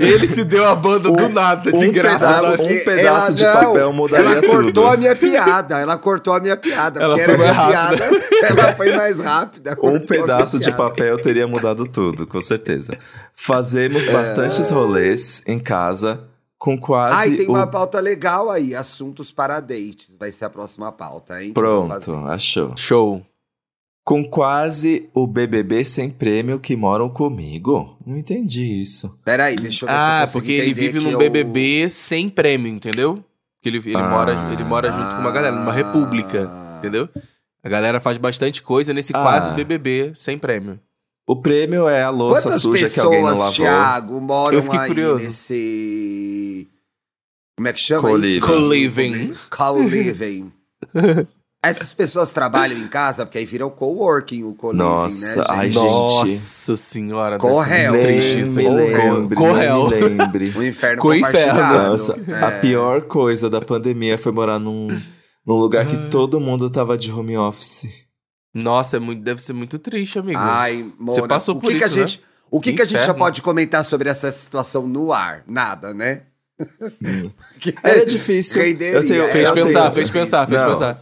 Speaker 2: ele se deu a banda do
Speaker 1: Um-
Speaker 2: nada, de
Speaker 1: um
Speaker 2: graça.
Speaker 1: pedaço- um pedaço de papel mudaria
Speaker 3: Ela cortou
Speaker 1: tudo.
Speaker 3: a minha piada. Ela cortou a minha piada.
Speaker 2: Ela
Speaker 3: porque
Speaker 2: foi
Speaker 3: era minha
Speaker 2: mais rápida.
Speaker 3: piada. Ela foi mais rápida.
Speaker 1: Um
Speaker 3: cortou a minha
Speaker 1: pedaço de
Speaker 3: piada.
Speaker 1: papel teria mudado tudo, com certeza. Fazemos
Speaker 3: É.
Speaker 1: bastantes rolês em casa, com quase
Speaker 3: Ai, tem
Speaker 1: o
Speaker 3: uma pauta legal aí. Assuntos para dates. Vai ser a próxima pauta, hein? Então, que eu vou
Speaker 1: Pronto,
Speaker 3: fazer.
Speaker 1: achou.
Speaker 2: Show.
Speaker 1: Com quase o BBB sem prêmio que moram comigo. Não entendi isso.
Speaker 3: Peraí, deixa eu ver se eu
Speaker 2: Ah,
Speaker 3: consigo
Speaker 2: porque ele
Speaker 3: entender
Speaker 2: vive
Speaker 3: que
Speaker 2: num
Speaker 3: eu-
Speaker 2: BBB sem prêmio, entendeu? Que ele, ele
Speaker 1: Ah.
Speaker 2: mora, ele mora junto com uma galera, numa
Speaker 3: Ah.
Speaker 2: república, entendeu? A galera faz bastante coisa nesse
Speaker 1: Ah.
Speaker 2: quase BBB sem prêmio.
Speaker 1: O prêmio é a louça
Speaker 3: Quantas
Speaker 1: suja
Speaker 3: pessoas,
Speaker 1: que alguém não lavou.
Speaker 3: Thiago,
Speaker 2: Eu
Speaker 3: moram
Speaker 2: fiquei
Speaker 3: aí
Speaker 2: curioso.
Speaker 3: nesse... Como é que chama
Speaker 1: Co-living.
Speaker 3: isso?
Speaker 2: Co-living.
Speaker 3: Co-living. Essas pessoas trabalham em casa, porque aí vira o co-working, o co-living, né,
Speaker 1: Nossa,
Speaker 3: gente?
Speaker 1: ai, gente.
Speaker 2: Nossa senhora. deve ser
Speaker 3: Correu.
Speaker 2: muito
Speaker 1: Nem
Speaker 2: triste isso
Speaker 1: me
Speaker 2: aí.
Speaker 3: é Correu.
Speaker 1: lembre,
Speaker 2: Correu.
Speaker 1: nem me lembre.
Speaker 3: O inferno
Speaker 2: Co-inferno.
Speaker 3: compartilhado. É.
Speaker 1: Nossa, a pior coisa da pandemia foi morar num, num lugar que todo mundo tava de home office.
Speaker 2: Nossa, é muito, deve ser muito triste, amigo.
Speaker 3: Ai, Mona,
Speaker 2: Você passou
Speaker 3: o que
Speaker 2: por
Speaker 3: que a
Speaker 2: isso, né?
Speaker 3: gente, O que, que a gente já
Speaker 2: Inferno.
Speaker 3: pode comentar sobre essa situação no ar? Nada, né? Que-
Speaker 1: Hum. Era difícil.
Speaker 3: É, Renderia, é,
Speaker 1: Eu tenho-
Speaker 2: fez
Speaker 1: eu tenho-
Speaker 2: pensar, fez pensar, fez
Speaker 1: Não.
Speaker 2: pensar.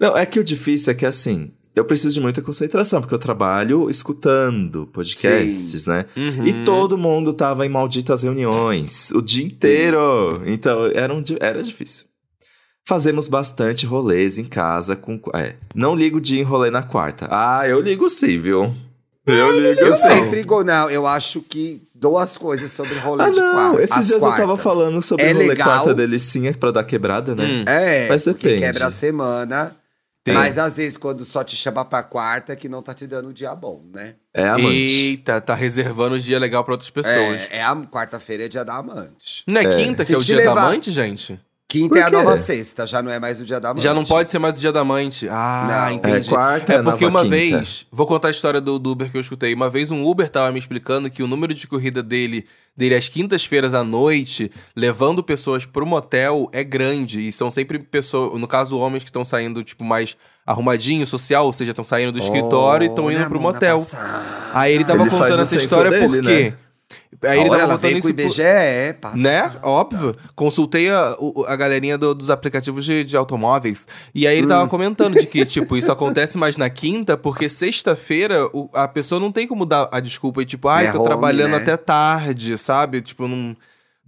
Speaker 1: Não, é que o difícil é que assim, eu preciso de muita concentração, porque eu trabalho escutando podcasts, né?
Speaker 2: Uhum.
Speaker 1: E todo mundo tava em malditas reuniões o dia inteiro. Então, era, um, di- era difícil. Fazemos bastante rolês em casa com. É, não ligo de enrolê na quarta. Ah, eu ligo sim, viu? Eu ligo
Speaker 3: Eu
Speaker 1: sim.
Speaker 3: sempre go, não, eu acho que dou as coisas sobre rolê
Speaker 1: Ah,
Speaker 3: de
Speaker 1: não.
Speaker 3: quarta.
Speaker 1: Esses
Speaker 3: as
Speaker 1: dias eu tava
Speaker 3: quartas.
Speaker 1: falando sobre
Speaker 3: É
Speaker 1: o rolê
Speaker 3: legal.
Speaker 1: quarta delicinha pra dar quebrada, né?
Speaker 2: Hum.
Speaker 3: É,
Speaker 1: Mas
Speaker 3: porque
Speaker 1: depende.
Speaker 3: quebra a semana.
Speaker 1: Tem.
Speaker 3: Mas às vezes, quando só te chama pra quarta, que não tá te dando um dia bom, né?
Speaker 1: É, amante.
Speaker 2: Eita, tá reservando o dia legal pra outras pessoas.
Speaker 3: É, é a quarta-feira é dia da amante.
Speaker 2: Não é, quinta que
Speaker 3: Se
Speaker 2: é o
Speaker 3: te
Speaker 2: dia da
Speaker 3: levar-
Speaker 2: amante, gente?
Speaker 3: Quinta é a
Speaker 1: quê?
Speaker 3: nova sexta, já não é mais o dia da amante.
Speaker 2: Já não pode ser mais o dia da amante. Ah,
Speaker 3: Não.
Speaker 1: É,
Speaker 2: entendi.
Speaker 1: quarta
Speaker 2: É porque
Speaker 1: a nova
Speaker 2: uma
Speaker 1: quinta.
Speaker 2: vez, vou contar a história do, do Uber que eu escutei. Uma vez um Uber tava me explicando que o número de corrida dele, dele às quintas-feiras à noite, levando pessoas pro motel, é grande. E são sempre pessoas, no caso, homens que estão saindo, tipo, mais arrumadinho, social, ou seja, estão saindo do escritório e estão
Speaker 3: Olha,
Speaker 2: indo pro
Speaker 3: Mona
Speaker 2: motel.
Speaker 3: passada.
Speaker 2: Aí ele tava
Speaker 1: Ele faz
Speaker 2: contando
Speaker 1: o
Speaker 2: essa
Speaker 1: censo
Speaker 2: história
Speaker 1: dele, né?
Speaker 2: por quê? Aí ele
Speaker 3: Olha,
Speaker 2: tava
Speaker 3: ela
Speaker 2: contando
Speaker 3: veio com o
Speaker 2: isso por-
Speaker 3: IBGE, passada.
Speaker 2: né? Óbvio. Consultei a, o- a galerinha do- dos aplicativos de, de automóveis. E aí ele tava comentando de que, tipo, isso acontece mais na quinta, porque sexta-feira o- a pessoa não tem como dar a desculpa e, tipo, ai,
Speaker 3: É
Speaker 2: tô
Speaker 3: home,
Speaker 2: trabalhando
Speaker 3: né?
Speaker 2: até tarde, sabe? Tipo, não.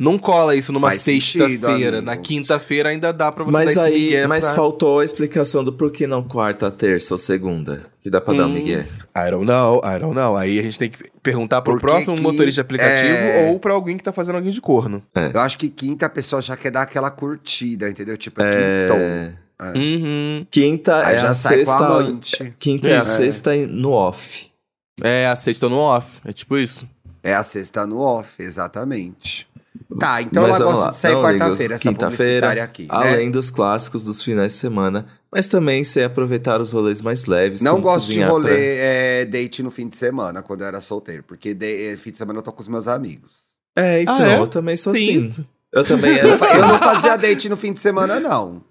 Speaker 2: Não cola isso numa
Speaker 3: Faz sentido,
Speaker 2: sexta-feira.
Speaker 3: amigo.
Speaker 2: Na quinta-feira ainda dá pra você
Speaker 1: Mas
Speaker 2: dar esse
Speaker 1: aí,
Speaker 2: migué
Speaker 1: mas
Speaker 2: pra...
Speaker 1: faltou a explicação do porquê não quarta, terça ou segunda. Que dá pra dar um
Speaker 2: Hum.
Speaker 1: migué.
Speaker 2: I don't know, I don't know. Aí a gente tem que perguntar pro
Speaker 3: Por que
Speaker 2: próximo
Speaker 3: que-
Speaker 2: motorista de aplicativo
Speaker 3: é.
Speaker 2: ou pra alguém que tá fazendo alguém de corno.
Speaker 3: Eu acho que quinta a pessoa já quer dar aquela curtida, entendeu? Tipo, é... quintom.
Speaker 1: É...
Speaker 2: Uhum.
Speaker 1: Quinta
Speaker 3: Aí
Speaker 1: é
Speaker 3: já
Speaker 1: a
Speaker 3: sai com
Speaker 1: sexta.
Speaker 3: a amante.
Speaker 1: Quinta
Speaker 2: É.
Speaker 1: e sexta no off.
Speaker 2: É, a sexta no off. É tipo isso.
Speaker 3: É a sexta no off, exatamente. Tá, então
Speaker 1: Mas
Speaker 3: ela
Speaker 1: vamos
Speaker 3: gosta
Speaker 1: lá,
Speaker 3: de sair
Speaker 1: não ligo.
Speaker 3: quarta-feira, essa
Speaker 1: Quinta-feira,
Speaker 3: publicitária aqui, né?
Speaker 1: Além dos clássicos dos finais de semana, mas também sem aproveitar os rolês mais leves.
Speaker 3: Não
Speaker 1: como
Speaker 3: gosto de
Speaker 1: cozinhar
Speaker 3: rolê
Speaker 1: pra-
Speaker 2: né?
Speaker 3: é, date no fim de semana, quando eu era solteiro. Porque de- é, fim de semana eu tô com os meus amigos.
Speaker 1: É, então,
Speaker 2: Ah, é?
Speaker 1: eu também sou
Speaker 2: Tem
Speaker 1: assim.
Speaker 2: isso.
Speaker 1: Eu também
Speaker 2: É,
Speaker 1: era
Speaker 3: Eu fa- eu
Speaker 1: assim.
Speaker 3: não fazia date no fim de semana, não.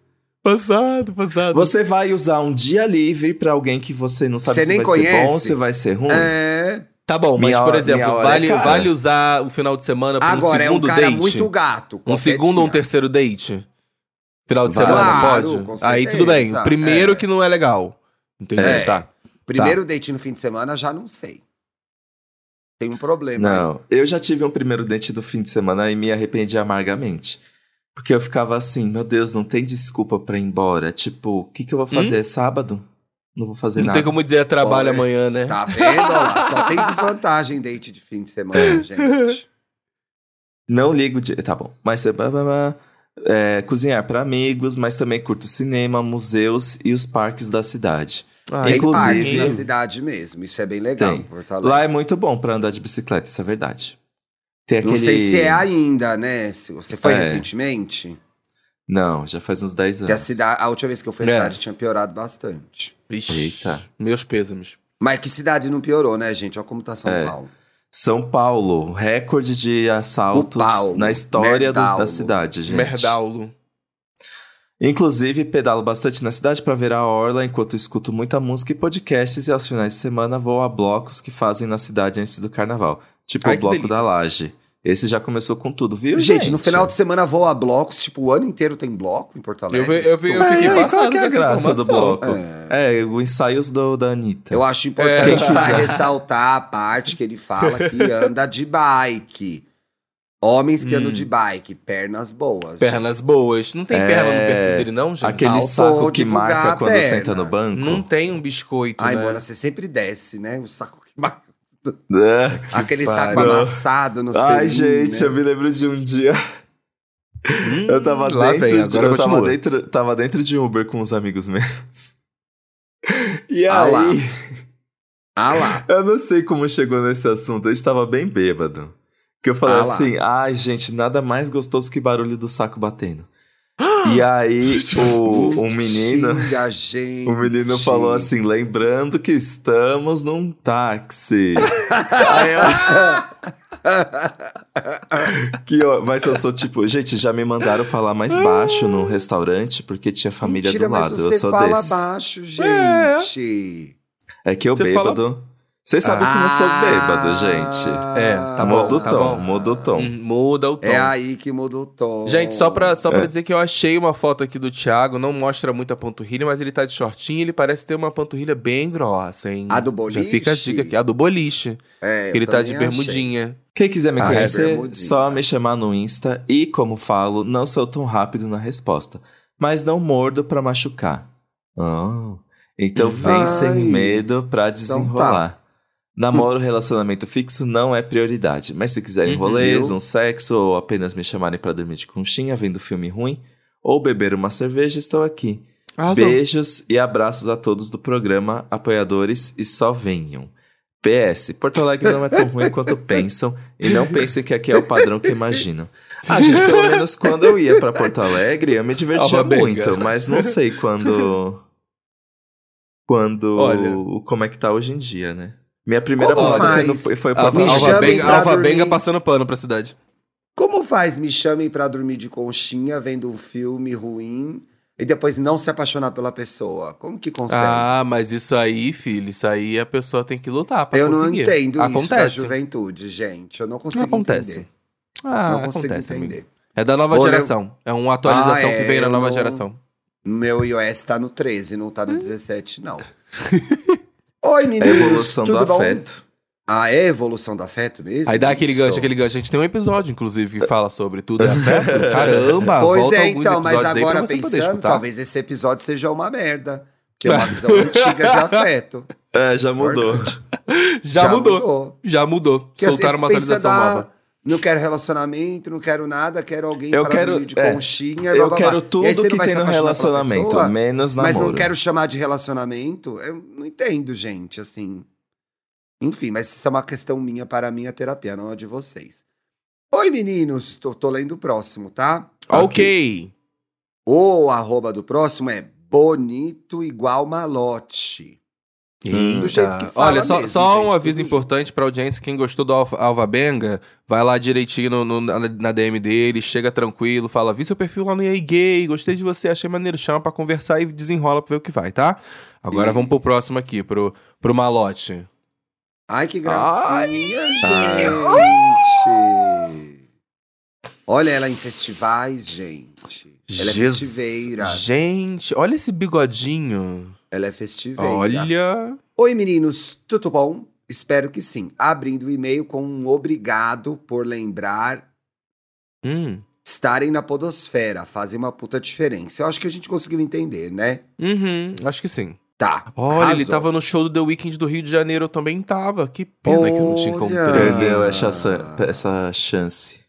Speaker 2: Passado, passado.
Speaker 1: Você vai usar um dia livre pra alguém que você não sabe
Speaker 3: Você
Speaker 1: se
Speaker 3: nem
Speaker 1: vai ser
Speaker 3: conhece?
Speaker 1: bom, se vai ser ruim.
Speaker 3: É...
Speaker 2: Tá bom, mas
Speaker 1: Minha
Speaker 2: por
Speaker 1: hora- minha
Speaker 2: exemplo,
Speaker 1: hora é
Speaker 2: vale,
Speaker 1: cara.
Speaker 2: vale usar o final de semana pra
Speaker 3: Agora,
Speaker 2: um
Speaker 3: é um
Speaker 2: segundo
Speaker 3: cara
Speaker 2: date?
Speaker 3: muito gato.
Speaker 2: um
Speaker 3: qualquer
Speaker 2: segundo ou um
Speaker 3: dia.
Speaker 2: terceiro date? Final de
Speaker 1: Vai.
Speaker 2: semana,
Speaker 3: Claro,
Speaker 2: pode?
Speaker 3: com
Speaker 2: Aí
Speaker 3: certeza,
Speaker 2: tudo bem. O Primeiro
Speaker 3: é.
Speaker 2: que não é legal. Entendi,
Speaker 3: É.
Speaker 2: tá.
Speaker 3: Primeiro date no fim de semana, já não sei. Tem um problema. aí.
Speaker 1: Não, eu já tive um primeiro dente do fim de semana e me arrependi amargamente. Porque eu ficava assim, meu Deus, não tem desculpa pra ir embora. Tipo, o que, que eu vou
Speaker 3: Hum?
Speaker 1: fazer? É sábado? Não vou fazer
Speaker 2: Não
Speaker 1: nada.
Speaker 2: tem como dizer "É
Speaker 3: Olha,
Speaker 2: trabalho
Speaker 1: é.
Speaker 2: amanhã, né?
Speaker 3: Tá vendo? Olha lá, só tem desvantagem date de fim de
Speaker 2: É.
Speaker 3: semana, gente.
Speaker 1: Não ligo de. Tá bom. Mas é. blá, blá, blá. É, cozinhar pra amigos, mas também curto cinema, museus e os parques da cidade.
Speaker 2: Ah,
Speaker 3: Tem
Speaker 1: Inclusive-
Speaker 3: parques na
Speaker 1: né?
Speaker 3: cidade mesmo. Isso é bem legal.
Speaker 1: Tem.
Speaker 3: Porto Alegre.
Speaker 1: Lá é muito bom pra andar de bicicleta, isso é verdade. Tem aquele...
Speaker 3: Não sei se é ainda, né? Se você foi
Speaker 1: É.
Speaker 3: recentemente.
Speaker 1: Não, já faz uns 10 anos.
Speaker 3: Que a, cidade, a última vez que eu fui à
Speaker 2: É.
Speaker 3: cidade tinha piorado bastante.
Speaker 2: Ixi,
Speaker 1: Eita.
Speaker 2: Meus pêsames.
Speaker 3: Mas que cidade não piorou, né, gente? Olha como tá São
Speaker 1: É.
Speaker 3: Paulo.
Speaker 1: São Paulo, recorde de assaltos
Speaker 3: O Paulo,
Speaker 1: na história dos- da
Speaker 3: Merdaulo.
Speaker 1: cidade, gente.
Speaker 2: Merdaulo.
Speaker 1: Inclusive, pedalo bastante na cidade pra ver a orla, enquanto escuto muita música e podcasts, e aos finais de semana vou a blocos que fazem na cidade antes do carnaval. Tipo
Speaker 2: Ai,
Speaker 1: o
Speaker 2: que
Speaker 1: Bloco
Speaker 2: delícia.
Speaker 1: da Laje. Esse já começou com tudo, viu, gente?
Speaker 3: gente, no final de semana voa blocos. Tipo, o ano inteiro tem bloco em Porto
Speaker 2: Eu,
Speaker 3: Alegre.
Speaker 2: vi- eu, vi- eu
Speaker 1: É,
Speaker 2: fiquei
Speaker 1: e qual
Speaker 2: passado
Speaker 1: que é
Speaker 2: com
Speaker 1: a
Speaker 2: essa
Speaker 1: graça do
Speaker 2: informação.
Speaker 1: bloco?
Speaker 3: É.
Speaker 1: É, o ensaios do, da Anitta.
Speaker 3: Eu acho
Speaker 2: Quem
Speaker 3: importante
Speaker 1: quiser.
Speaker 3: ressaltar a parte que ele fala que anda de bike. Homens que
Speaker 2: Hum.
Speaker 3: andam de bike, pernas boas.
Speaker 2: Pernas boas. Não tem
Speaker 1: É. é
Speaker 2: perna no perfil dele, não, gente?
Speaker 1: Aquele
Speaker 3: Faltou
Speaker 1: saco que
Speaker 3: divulgar
Speaker 1: marca
Speaker 3: a
Speaker 1: quando
Speaker 3: perna.
Speaker 1: senta no banco.
Speaker 2: Não tem um biscoito,
Speaker 3: Ai,
Speaker 2: né?
Speaker 3: mano, você sempre desce, né? O saco que marca.
Speaker 1: É.
Speaker 3: Aquele saco
Speaker 1: pariu.
Speaker 3: amassado no
Speaker 1: Ai,
Speaker 3: selim,
Speaker 1: gente,
Speaker 3: né?
Speaker 1: eu me lembro de um dia.
Speaker 2: Hum,
Speaker 1: Eu tava
Speaker 2: lá
Speaker 1: dentro,
Speaker 2: vem,
Speaker 1: de-
Speaker 2: agora
Speaker 1: eu tava
Speaker 2: continua.
Speaker 1: dentro, tava dentro de um Uber com os amigos meus. E
Speaker 3: Ah lá.
Speaker 1: aí,
Speaker 3: Ah lá.
Speaker 1: eu não sei como chegou nesse assunto, eu estava bem bêbado. Que eu falei
Speaker 3: Ah lá.
Speaker 1: assim, ai gente, nada mais gostoso que barulho do saco batendo. e aí, o, um menino,
Speaker 3: Mentira, gente.
Speaker 1: o menino falou assim, lembrando que estamos num táxi. aí eu... Que ó, mas eu sou tipo, gente, já me mandaram falar mais baixo no restaurante porque tinha família
Speaker 3: Mentira,
Speaker 1: do
Speaker 3: mas
Speaker 1: lado.
Speaker 3: você
Speaker 1: Eu sou
Speaker 3: fala
Speaker 1: desse.
Speaker 3: baixo, gente. Ah.
Speaker 1: É que eu
Speaker 2: Você fala-
Speaker 1: bêbado. Vocês sabem que eu não sou bêbado, gente.
Speaker 2: É,
Speaker 1: Tá
Speaker 2: Tá
Speaker 1: muda
Speaker 2: bom,
Speaker 1: o
Speaker 2: tá
Speaker 1: tom,
Speaker 2: bom.
Speaker 1: muda o tom.
Speaker 2: Hum, Muda o tom.
Speaker 3: É aí que mudou o tom.
Speaker 2: Gente, só pra, só pra
Speaker 1: É.
Speaker 2: dizer que eu achei uma foto aqui do Thiago, não mostra muito a panturrilha, mas ele tá de shortinho e ele parece ter uma panturrilha bem grossa, hein?
Speaker 3: A do
Speaker 2: Já
Speaker 3: boliche?
Speaker 2: fica a dica aqui. A do boliche.
Speaker 3: É,
Speaker 2: que ele
Speaker 3: eu
Speaker 2: tá de
Speaker 3: também achei.
Speaker 2: bermudinha.
Speaker 1: Quem quiser me
Speaker 3: Ah, é
Speaker 1: conhecer,
Speaker 3: bermudinha.
Speaker 1: só me chamar no Insta e, como falo, não sou tão rápido na resposta. mas não mordo pra machucar. Ah. Então vem sem
Speaker 3: Ai.
Speaker 1: medo pra
Speaker 3: Então tá.
Speaker 1: desenrolar. Namoro, relacionamento fixo não é prioridade. Mas se quiserem
Speaker 2: Uhum.
Speaker 1: rolês,
Speaker 3: Viu?
Speaker 1: um sexo ou apenas me chamarem pra dormir de conchinha vendo filme ruim ou beber uma cerveja, estou aqui.
Speaker 2: Arrasou.
Speaker 1: Beijos e abraços a todos do programa, apoiadores e só venham. PS, Porto Alegre não é tão ruim quanto pensam e não pensem que aqui é o padrão que imaginam. Ah, gente, pelo menos quando eu ia pra Porto Alegre, eu me divertia
Speaker 2: Tava bem,
Speaker 1: muito,
Speaker 2: cara.
Speaker 1: mas não sei quando quando
Speaker 2: Olha.
Speaker 1: como é que tá hoje em dia, né? Minha primeira
Speaker 3: Como
Speaker 1: parada foi, no,
Speaker 3: faz?
Speaker 1: foi pra
Speaker 2: Alva,
Speaker 3: Me
Speaker 2: Alva,
Speaker 3: chamem
Speaker 2: Benga,
Speaker 3: pra
Speaker 2: Alva Benga
Speaker 3: dormir.
Speaker 2: passando pano pra cidade.
Speaker 3: Como faz? Me chamem pra dormir de conchinha vendo um filme ruim e depois não se apaixonar pela pessoa. Como que consegue?
Speaker 2: Ah, mas isso aí, filho, isso aí a pessoa tem que lutar pra
Speaker 3: eu não
Speaker 2: conseguir.
Speaker 3: entendo isso da
Speaker 2: acontece.
Speaker 3: juventude, gente. Eu não consigo
Speaker 2: Acontece.
Speaker 3: entender.
Speaker 2: Ah,
Speaker 3: não consigo
Speaker 2: acontece, amigo.
Speaker 3: entender.
Speaker 2: É da nova
Speaker 3: Olha,
Speaker 2: geração. É uma atualização
Speaker 3: Ah,
Speaker 2: que
Speaker 3: é,
Speaker 2: veio na
Speaker 3: eu
Speaker 2: nova
Speaker 3: não-
Speaker 2: geração.
Speaker 3: Meu iOS tá no 13, não tá no 17, não. Oi,
Speaker 1: É a
Speaker 3: meninos.
Speaker 1: evolução do
Speaker 3: tudo bom?
Speaker 1: afeto.
Speaker 3: Ah, é evolução do afeto mesmo?
Speaker 2: Aí dá aquele
Speaker 3: Isso.
Speaker 2: gancho, aquele gancho. A gente tem um episódio, inclusive, que fala sobre tudo é afeto. Caramba,
Speaker 3: Pois
Speaker 2: ah, volta
Speaker 3: é,
Speaker 2: alguns
Speaker 3: então, mas
Speaker 2: episódios aí pra
Speaker 3: agora
Speaker 2: você poder
Speaker 3: pensando,
Speaker 2: escutar.
Speaker 3: talvez esse episódio seja uma merda. Que é uma visão antiga de afeto.
Speaker 1: É, já mudou.
Speaker 2: Já, mudou, já mudou.
Speaker 3: Que assim,
Speaker 2: Soltaram uma
Speaker 3: eu fico
Speaker 2: atualização
Speaker 3: pensando, ah,
Speaker 2: nova.
Speaker 3: Não quero relacionamento, não quero nada, quero alguém
Speaker 1: Eu
Speaker 3: para
Speaker 1: quero-
Speaker 3: dormir de
Speaker 1: é,
Speaker 3: conchinha. blá,
Speaker 1: Eu
Speaker 3: blá,
Speaker 1: quero
Speaker 3: blá. E aí você
Speaker 1: tudo
Speaker 3: não
Speaker 1: que
Speaker 3: vai
Speaker 1: tem
Speaker 3: se
Speaker 1: no
Speaker 3: apaixonar pela
Speaker 1: relacionamento,
Speaker 3: pessoa,
Speaker 1: menos namoro.
Speaker 3: Mas não quero chamar de relacionamento. Eu não entendo, gente, assim. Enfim, mas isso é uma questão minha para a minha terapia, não a de vocês. Oi, meninos. Tô, tô lendo o próximo, tá?
Speaker 2: Ok.
Speaker 3: O arroba do próximo é bonito igual malote.
Speaker 1: Hum.
Speaker 2: Eita.
Speaker 3: Do jeito que fala
Speaker 2: Olha, só,
Speaker 3: mesmo,
Speaker 2: só
Speaker 3: gente,
Speaker 2: um aviso
Speaker 3: tudo
Speaker 2: importante pra audiência. Quem gostou do Alva, Alva Benga, vai lá direitinho no- no- na, na DM dele, chega tranquilo, fala, vi seu perfil lá no EA Gay, gostei de você, achei maneiro, chama pra conversar e desenrola pra ver o que vai, tá? Agora
Speaker 3: Isso.
Speaker 2: vamos pro próximo aqui, pro, pro Malote.
Speaker 3: Ai, que
Speaker 2: Ai,
Speaker 3: gracinha, gente. Olha ela em festivais, gente. Ela é
Speaker 2: Jesus-
Speaker 3: festiveira.
Speaker 2: Gente, olha esse bigodinho.
Speaker 3: Ela é festiveira.
Speaker 2: Olha.
Speaker 3: Oi, meninos, tudo bom? Espero que sim. Abrindo o e-mail com um obrigado por lembrar
Speaker 2: Hum.
Speaker 3: estarem na podosfera, fazem uma puta diferença. Eu acho que a gente conseguiu entender, né?
Speaker 2: Uhum, acho que sim.
Speaker 3: Tá.
Speaker 2: Olha, ele
Speaker 3: arrasou.
Speaker 2: tava no show do The Weeknd do Rio de Janeiro, eu também tava. Que pena que eu não te
Speaker 3: Olha.
Speaker 2: encontrei.
Speaker 3: Ah.
Speaker 1: Perdeu essa, essa chance.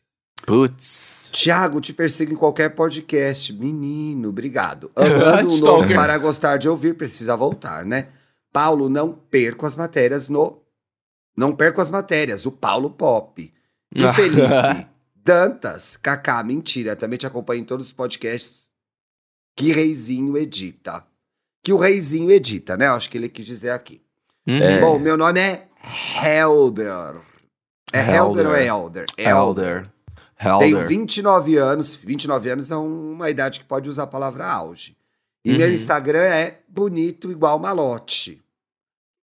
Speaker 2: Putz.
Speaker 3: Tiago, te persigo em qualquer podcast. Menino, obrigado. Amando o novo
Speaker 2: Stalker.
Speaker 3: para gostar de ouvir, precisa voltar, né? Paulo, não perco as matérias no. Não perco as matérias, o Paulo Pop.
Speaker 2: Ah.
Speaker 3: E Felipe, Dantas, Kaká, mentira, também te acompanho em todos os podcasts que Reizinho edita. Que o Reizinho edita, né? Eu Acho que ele quis dizer aqui.
Speaker 2: Uhum.
Speaker 1: É.
Speaker 3: Bom, meu nome é Helder. É Helder, ou é Helder?
Speaker 2: Helder. Helder.
Speaker 3: Tenho 29 anos. 29 anos é um- uma idade que pode usar a palavra auge. E meu
Speaker 2: Uhum.
Speaker 3: Instagram é bonito igual malote.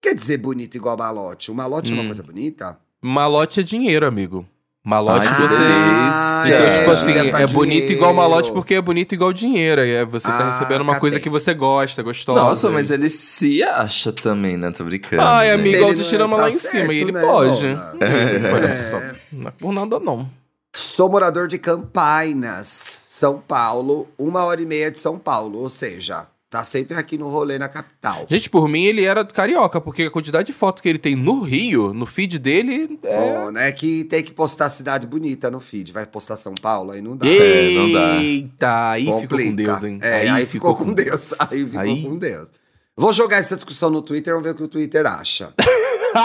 Speaker 3: Quer dizer bonito igual malote? O malote é
Speaker 2: Hum.
Speaker 3: uma coisa bonita?
Speaker 2: Malote é dinheiro, amigo. Malote
Speaker 1: Ai,
Speaker 2: você.
Speaker 1: Ah,
Speaker 2: então,
Speaker 1: é,
Speaker 2: tipo assim,
Speaker 1: dinheiro
Speaker 2: é,
Speaker 1: pra
Speaker 2: bonito igual malote porque é bonito igual dinheiro. aí É, você tá
Speaker 3: Ah,
Speaker 2: recebendo uma coisa
Speaker 3: catei.
Speaker 2: que você gosta, gostosa.
Speaker 1: Nossa, mas é- ele se acha também, né? Tô brincando.
Speaker 2: Ai,
Speaker 1: gente.
Speaker 3: Ele
Speaker 2: amigo, a
Speaker 3: não
Speaker 2: tiramos
Speaker 3: tá
Speaker 2: lá em
Speaker 3: certo,
Speaker 2: cima e ele
Speaker 3: né,
Speaker 2: pode.
Speaker 3: Lola?
Speaker 2: Ele pode.
Speaker 3: É.
Speaker 2: Não é por nada, não.
Speaker 3: Sou morador de Campinas, São Paulo, uma hora e meia de São Paulo. Ou seja, tá sempre aqui no rolê na capital.
Speaker 2: Gente, por mim, ele era carioca, porque a quantidade de foto que ele tem no Rio, no feed dele, é.
Speaker 3: Bom, né? Que tem que postar cidade bonita no feed. Vai postar São Paulo, aí não dá.
Speaker 1: É, não dá.
Speaker 2: Eita, aí ficou com
Speaker 3: Complica.
Speaker 2: Deus, hein?
Speaker 3: É, aí, ficou, com Deus. Aí ficou
Speaker 2: Aí-
Speaker 3: com Deus. Vou jogar essa discussão no Twitter, vamos ver o que o Twitter acha.